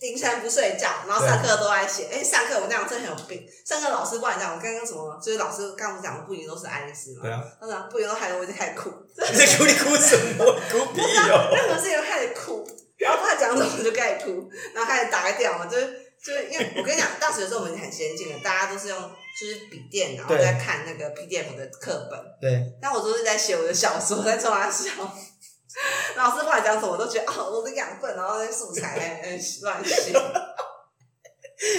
[SPEAKER 1] 凌晨不睡觉，然后上课都在写。哎、上课我那样真的很有病。上课老师不然讲，我刚刚什么，就是老师刚刚不是讲我不赢都是爱丽丝嘛
[SPEAKER 2] 对，啊，
[SPEAKER 1] 他讲不赢都害得我就开始哭， [laughs]
[SPEAKER 2] 你在哭你哭什么？哭屁哦！
[SPEAKER 1] 任何事情都开始哭，然后他讲什么我就开始哭，然后开始打个电话，就是就是因为我跟你讲，大学的时候我们很先进的，大家都是用就是笔电，然后
[SPEAKER 2] 对
[SPEAKER 1] 在看那个 PDF 的课本，
[SPEAKER 2] 对，
[SPEAKER 1] 但我都是在写我的小说，在冲他笑。老师不管讲什么，我都觉得哦，我的养分，然后那些素材哎哎乱写。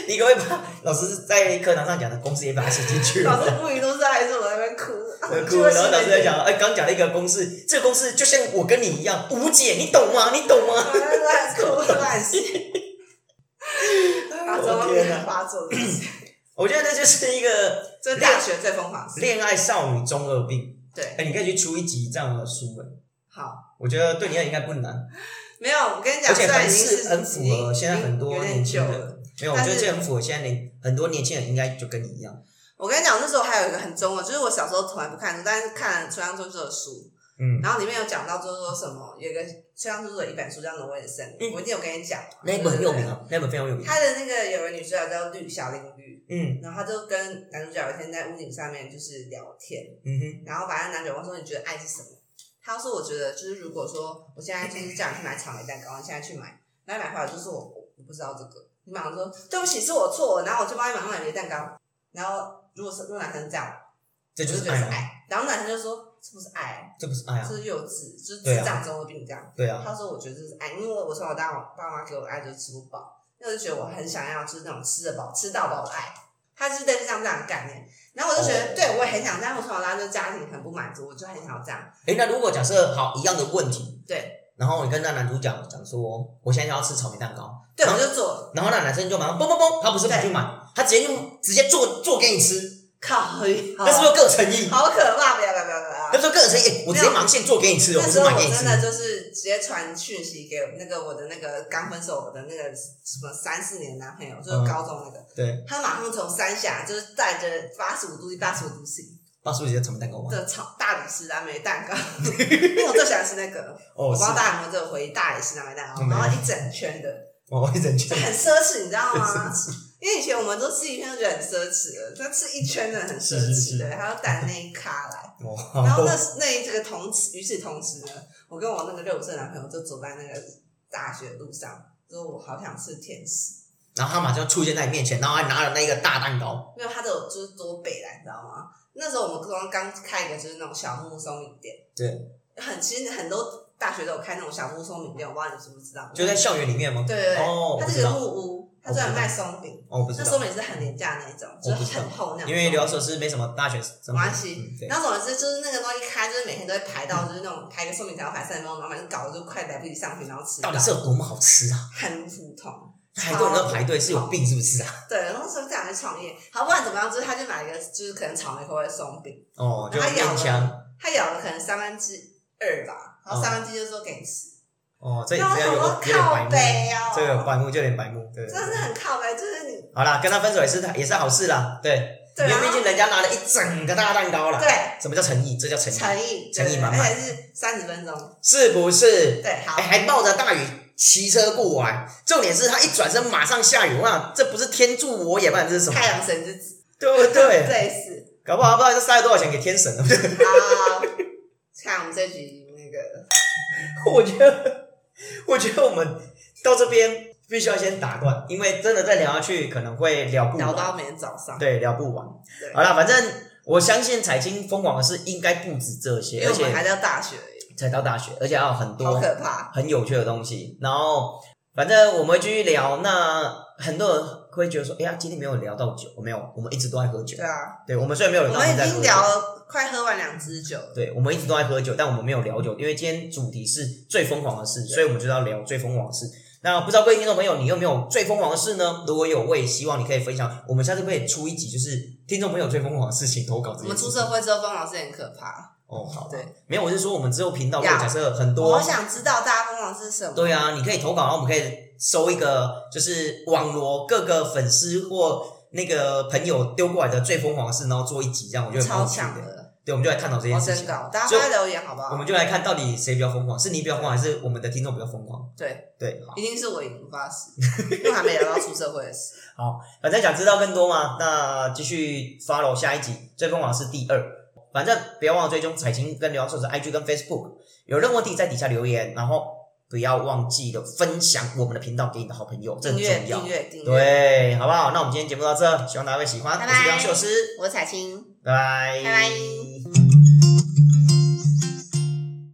[SPEAKER 2] 你可不可以把老师在课堂上讲的公式也把它写进去？
[SPEAKER 1] 老师不语都是还是我在那边会哭，
[SPEAKER 2] 会哭，然后老师在讲，哎，刚讲了一个公式，这个公式就像我跟你一样无解，你懂吗？你懂吗？ [laughs]
[SPEAKER 1] 乱哭乱写， [laughs] 啊，怎么
[SPEAKER 2] 我
[SPEAKER 1] 变
[SPEAKER 2] 天
[SPEAKER 1] 成
[SPEAKER 2] 哪！
[SPEAKER 1] 发作的事情？
[SPEAKER 2] 我觉得这就是一个
[SPEAKER 1] 这是大学最疯狂的事。
[SPEAKER 2] 恋爱少女中二病。
[SPEAKER 1] 对，
[SPEAKER 2] 哎，你可以去出一集这样的书，哎
[SPEAKER 1] 好，
[SPEAKER 2] 我觉得对你来讲应该不难，
[SPEAKER 1] 没有，我跟你
[SPEAKER 2] 而
[SPEAKER 1] 讲，虽
[SPEAKER 2] 且
[SPEAKER 1] 然
[SPEAKER 2] 很
[SPEAKER 1] 已经
[SPEAKER 2] 是
[SPEAKER 1] 是
[SPEAKER 2] 很符合现在很多
[SPEAKER 1] 有
[SPEAKER 2] 年
[SPEAKER 1] 点
[SPEAKER 2] 轻
[SPEAKER 1] 久
[SPEAKER 2] 人
[SPEAKER 1] 了。。
[SPEAKER 2] 没有，我
[SPEAKER 1] 但
[SPEAKER 2] 觉
[SPEAKER 1] 是
[SPEAKER 2] 得这很符合现在年很多年轻人应该就跟你一样，
[SPEAKER 1] 我跟你讲，那时候还有一个很中文，就是我小时候从来不看书，但是看村上春树的书，
[SPEAKER 2] 嗯，
[SPEAKER 1] 然后里面有讲到，就是说什么有一个村上春树的一本书叫《挪威的森林》，
[SPEAKER 2] 嗯
[SPEAKER 1] 我一定有跟你讲嘛，
[SPEAKER 2] 那一本很有名
[SPEAKER 1] 对不
[SPEAKER 2] 啊，那一本非常有
[SPEAKER 1] 对。
[SPEAKER 2] 名，
[SPEAKER 1] 他的那个有个女主角叫绿小林绿，
[SPEAKER 2] 嗯
[SPEAKER 1] 然后他就跟男主角有一天在屋顶上面就是聊天，
[SPEAKER 2] 嗯哼，
[SPEAKER 1] 然后反正男主角问说你觉得爱是什么？他说我觉得就是如果说我现在就是叫你去买草莓蛋糕，你现在去买，然后买回来就是我我我不知道这个，你马上说对不起是我错了，然后我就帮你马上买别的蛋糕，然后如果是如果男生这样。
[SPEAKER 2] 这就
[SPEAKER 1] 我
[SPEAKER 2] 是
[SPEAKER 1] 觉得
[SPEAKER 2] 爱
[SPEAKER 1] 是
[SPEAKER 2] 啊，
[SPEAKER 1] 爱。然后男生就说：“这不是爱，
[SPEAKER 2] 这不是爱啊
[SPEAKER 1] 这，是幼稚，就是
[SPEAKER 2] 对
[SPEAKER 1] 智
[SPEAKER 2] 啊
[SPEAKER 1] 障中二病这样。
[SPEAKER 2] 对啊，
[SPEAKER 1] 他说：“我觉得这是爱，因为我从小到我爸妈给我的爱就是吃不饱，那我就觉得我很想要就是那种吃得饱、吃到饱的爱。”他就是类似像这样的概念。然后我就觉得，
[SPEAKER 2] 哦
[SPEAKER 1] 对我也很想，但是我从小到大就家庭很不满足，我就很想要这样。
[SPEAKER 2] 诶，哎那如果假设好一样的问题，
[SPEAKER 1] 对，
[SPEAKER 2] 然后你跟那男主角讲说，我现在要吃草莓蛋糕，
[SPEAKER 1] 对，
[SPEAKER 2] 然
[SPEAKER 1] 我
[SPEAKER 2] 后
[SPEAKER 1] 就做，
[SPEAKER 2] 然后那男生就马上嘣嘣嘣，他不是不去买，他直接用直接做做给你吃，
[SPEAKER 1] 靠，
[SPEAKER 2] [laughs] 那是不
[SPEAKER 1] 好
[SPEAKER 2] 是更有诚意？
[SPEAKER 1] 好可怕！不要不要不要不要！
[SPEAKER 2] 那时候更有诚意，哎诶我直接盲线做给你吃哦，
[SPEAKER 1] 那
[SPEAKER 2] 不
[SPEAKER 1] 时
[SPEAKER 2] 是
[SPEAKER 1] 候
[SPEAKER 2] 买
[SPEAKER 1] 我
[SPEAKER 2] 给你
[SPEAKER 1] 真
[SPEAKER 2] 吃。
[SPEAKER 1] 的就是直接传讯息给那个我的那个刚分手的那个什么三四年的男朋友，
[SPEAKER 2] 嗯
[SPEAKER 1] 就是高中那个，
[SPEAKER 2] 对，
[SPEAKER 1] 他马上从三峡就是带着八十五度 C、八十五度 C
[SPEAKER 2] 爸是不是也在草莓蛋糕吗？
[SPEAKER 1] 的炒大理石蓝莓蛋
[SPEAKER 2] [laughs]
[SPEAKER 1] 糕，因为我最喜欢吃那个，我
[SPEAKER 2] 哦，
[SPEAKER 1] 不知
[SPEAKER 2] 是
[SPEAKER 1] 道大家有没有这个回忆，大理石蓝莓蛋糕，
[SPEAKER 2] 嗯
[SPEAKER 1] 然后一整圈的，
[SPEAKER 2] 哦，一整
[SPEAKER 1] 就
[SPEAKER 2] 圈，
[SPEAKER 1] 很奢侈，你知道
[SPEAKER 2] [laughs] 很
[SPEAKER 1] 吗？因为以前我们都吃一圈就觉得很奢侈了，但吃一圈真的很奢
[SPEAKER 2] 是
[SPEAKER 1] 侈
[SPEAKER 2] 是是
[SPEAKER 1] 对，还要带那一咖来。
[SPEAKER 2] [laughs]
[SPEAKER 1] 然后那
[SPEAKER 2] 哦，
[SPEAKER 1] 那一这个同时，与此同时呢，我跟我那个六五岁的男朋友就走在那个大学路上，就说我好想吃甜食，
[SPEAKER 2] 然后他马上出现在你面前，然后还拿了那个大蛋糕，
[SPEAKER 1] 因为他的就是多北来，你知道吗？那时候我们刚刚开一个就是那种小木松饼店，
[SPEAKER 2] 对，
[SPEAKER 1] 很其实很多大学都有开那种小木松饼店，我不知道你知不知道？
[SPEAKER 2] 就在校园里面吗？
[SPEAKER 1] 对对对，
[SPEAKER 2] 哦，我
[SPEAKER 1] 它
[SPEAKER 2] 不
[SPEAKER 1] 是一
[SPEAKER 2] 知
[SPEAKER 1] 个
[SPEAKER 2] 道，
[SPEAKER 1] 木屋，它专门卖松饼，
[SPEAKER 2] 哦，我不知
[SPEAKER 1] 那
[SPEAKER 2] 道
[SPEAKER 1] 松，饼是很廉价的那一种，就
[SPEAKER 2] 我不知
[SPEAKER 1] 是
[SPEAKER 2] 道
[SPEAKER 1] 很厚那种松饼，
[SPEAKER 2] 因为疗设施没什么大学生活，
[SPEAKER 1] 没关系
[SPEAKER 2] 嗯对
[SPEAKER 1] 然后总而言之，就是那个东西开，就是每天都会排到，就是那种排个送饼才要排三分钟，然后反正搞得就快来不及上去，然后吃
[SPEAKER 2] 到底是有多么好吃啊？
[SPEAKER 1] 很普通。
[SPEAKER 2] 还多人在排队是有病是不是啊？
[SPEAKER 1] 对，然后说这样去创业，好不管怎么样，就是他就买一个，就是可能草莓口味的松饼，
[SPEAKER 2] 哦，就
[SPEAKER 1] 然后他咬
[SPEAKER 2] 变强
[SPEAKER 1] 了，他咬了可能三分之二吧，然后三分之一就说给你吃，
[SPEAKER 2] 哦，这也
[SPEAKER 1] 然后
[SPEAKER 2] 这
[SPEAKER 1] 我
[SPEAKER 2] 样有
[SPEAKER 1] 想
[SPEAKER 2] 有
[SPEAKER 1] 说
[SPEAKER 2] 点白
[SPEAKER 1] 靠
[SPEAKER 2] 目，
[SPEAKER 1] 北哦，
[SPEAKER 2] 这个有白目就有点白目，对。对
[SPEAKER 1] 真的是
[SPEAKER 2] 对
[SPEAKER 1] 很靠背，就是你
[SPEAKER 2] 好啦，跟他分手也是也是好事啦，对，
[SPEAKER 1] 对，
[SPEAKER 2] 因
[SPEAKER 1] 然
[SPEAKER 2] 为毕
[SPEAKER 1] 后
[SPEAKER 2] 竟人家拿了一整个大蛋糕啦。
[SPEAKER 1] 对
[SPEAKER 2] 什么叫诚意？这叫诚意，
[SPEAKER 1] 诚意，
[SPEAKER 2] 诚意
[SPEAKER 1] 对
[SPEAKER 2] 满满
[SPEAKER 1] 而且是三十分钟，
[SPEAKER 2] 是不是？
[SPEAKER 1] 对，好
[SPEAKER 2] 哎，，还冒着大雨骑车过来，重点是他一转身马上下雨，我想这不是天助我也，不然这是什
[SPEAKER 1] [laughs]
[SPEAKER 2] 么？
[SPEAKER 1] 太阳神之子，
[SPEAKER 2] 对不
[SPEAKER 1] [laughs]
[SPEAKER 2] 对？
[SPEAKER 1] 类似，
[SPEAKER 2] 搞不好不知道这塞了多少钱给天神了。 [laughs]
[SPEAKER 1] 好，看我们这局那个，
[SPEAKER 2] 我觉得，我觉得我们到这边必须要先打断，因为真的再聊下去可能会聊不完，
[SPEAKER 1] 聊到明天早上，
[SPEAKER 2] 对，聊不完。
[SPEAKER 1] 啊对
[SPEAKER 2] 好啦，反正我相信财经疯狂的事应该不止这
[SPEAKER 1] 因
[SPEAKER 2] 些，
[SPEAKER 1] 为
[SPEAKER 2] 而
[SPEAKER 1] 我们还
[SPEAKER 2] 且
[SPEAKER 1] 在大学而已，
[SPEAKER 2] 才到大学，而且还有很
[SPEAKER 1] 好
[SPEAKER 2] 多
[SPEAKER 1] 可怕，
[SPEAKER 2] 很有趣的东西。然后，反正我们会继续聊。那很多人会觉得说，哎呀，今天没有聊到酒，没有，我们一直都在喝酒
[SPEAKER 1] 对。啊。
[SPEAKER 2] 对，我们虽然没有
[SPEAKER 1] 我
[SPEAKER 2] 聊到
[SPEAKER 1] 们已
[SPEAKER 2] 在喝
[SPEAKER 1] 经
[SPEAKER 2] 酒
[SPEAKER 1] 聊了快喝完两支酒了，
[SPEAKER 2] 对，我们一直都在喝酒，但我们没有聊酒，因为今天主题是最疯狂的事，所以我们就要聊最疯狂的事。那不知道各位听众朋友，你有没有最疯狂的事呢？如果有，我也希望你可以分享。我们下次可以出一集，就是听众朋友最疯狂的事情投稿这
[SPEAKER 1] 我
[SPEAKER 2] 件
[SPEAKER 1] 们
[SPEAKER 2] 事
[SPEAKER 1] 出
[SPEAKER 2] 情。
[SPEAKER 1] 社会之后，疯狂是很可怕。
[SPEAKER 2] 哦，好，
[SPEAKER 1] 对，
[SPEAKER 2] 没有，我是说我们之后频道如果
[SPEAKER 1] 要
[SPEAKER 2] 假设很
[SPEAKER 1] 我
[SPEAKER 2] 多
[SPEAKER 1] 好，想知道大家疯狂是什么。
[SPEAKER 2] 对啊，你可以投稿，然后我们可以收一个，就是网罗各个粉丝或那个朋友丢过来的最疯狂的事，然后做一集，这样我觉得蛮
[SPEAKER 1] 超
[SPEAKER 2] 有趣
[SPEAKER 1] 强
[SPEAKER 2] 的。
[SPEAKER 1] 的，
[SPEAKER 2] 对，我们就来探讨这件
[SPEAKER 1] 好
[SPEAKER 2] 事
[SPEAKER 1] 真哦
[SPEAKER 2] 情。
[SPEAKER 1] 搞，大家
[SPEAKER 2] 就
[SPEAKER 1] 快留言好不
[SPEAKER 2] 我
[SPEAKER 1] 好
[SPEAKER 2] 们？就来看到底谁比较疯狂，是你比较疯狂，还是我们的听众比较疯狂？
[SPEAKER 1] 对，
[SPEAKER 2] 对，好，
[SPEAKER 1] 一定是我赢我发誓，因为还没聊到出社会的事。
[SPEAKER 2] 好，反正想知道更多嘛，那继续 follow 下一集《最疯狂的是第二》，反正不要忘了追踪彩青跟刘洋硕的 IG 跟 Facebook，有任何问题在底下留言，然后不要忘记了分享我们的频道给你的好朋 [laughs] 友，这
[SPEAKER 1] 订
[SPEAKER 2] 很
[SPEAKER 1] 阅，
[SPEAKER 2] 重要
[SPEAKER 1] 订。阅，订阅。
[SPEAKER 2] 对，好不好？那我们今天节目到这，希望大家会喜欢。
[SPEAKER 1] 拜拜
[SPEAKER 2] 我是刘洋硕师，
[SPEAKER 1] 我是彩青。
[SPEAKER 2] 拜拜，
[SPEAKER 1] 拜拜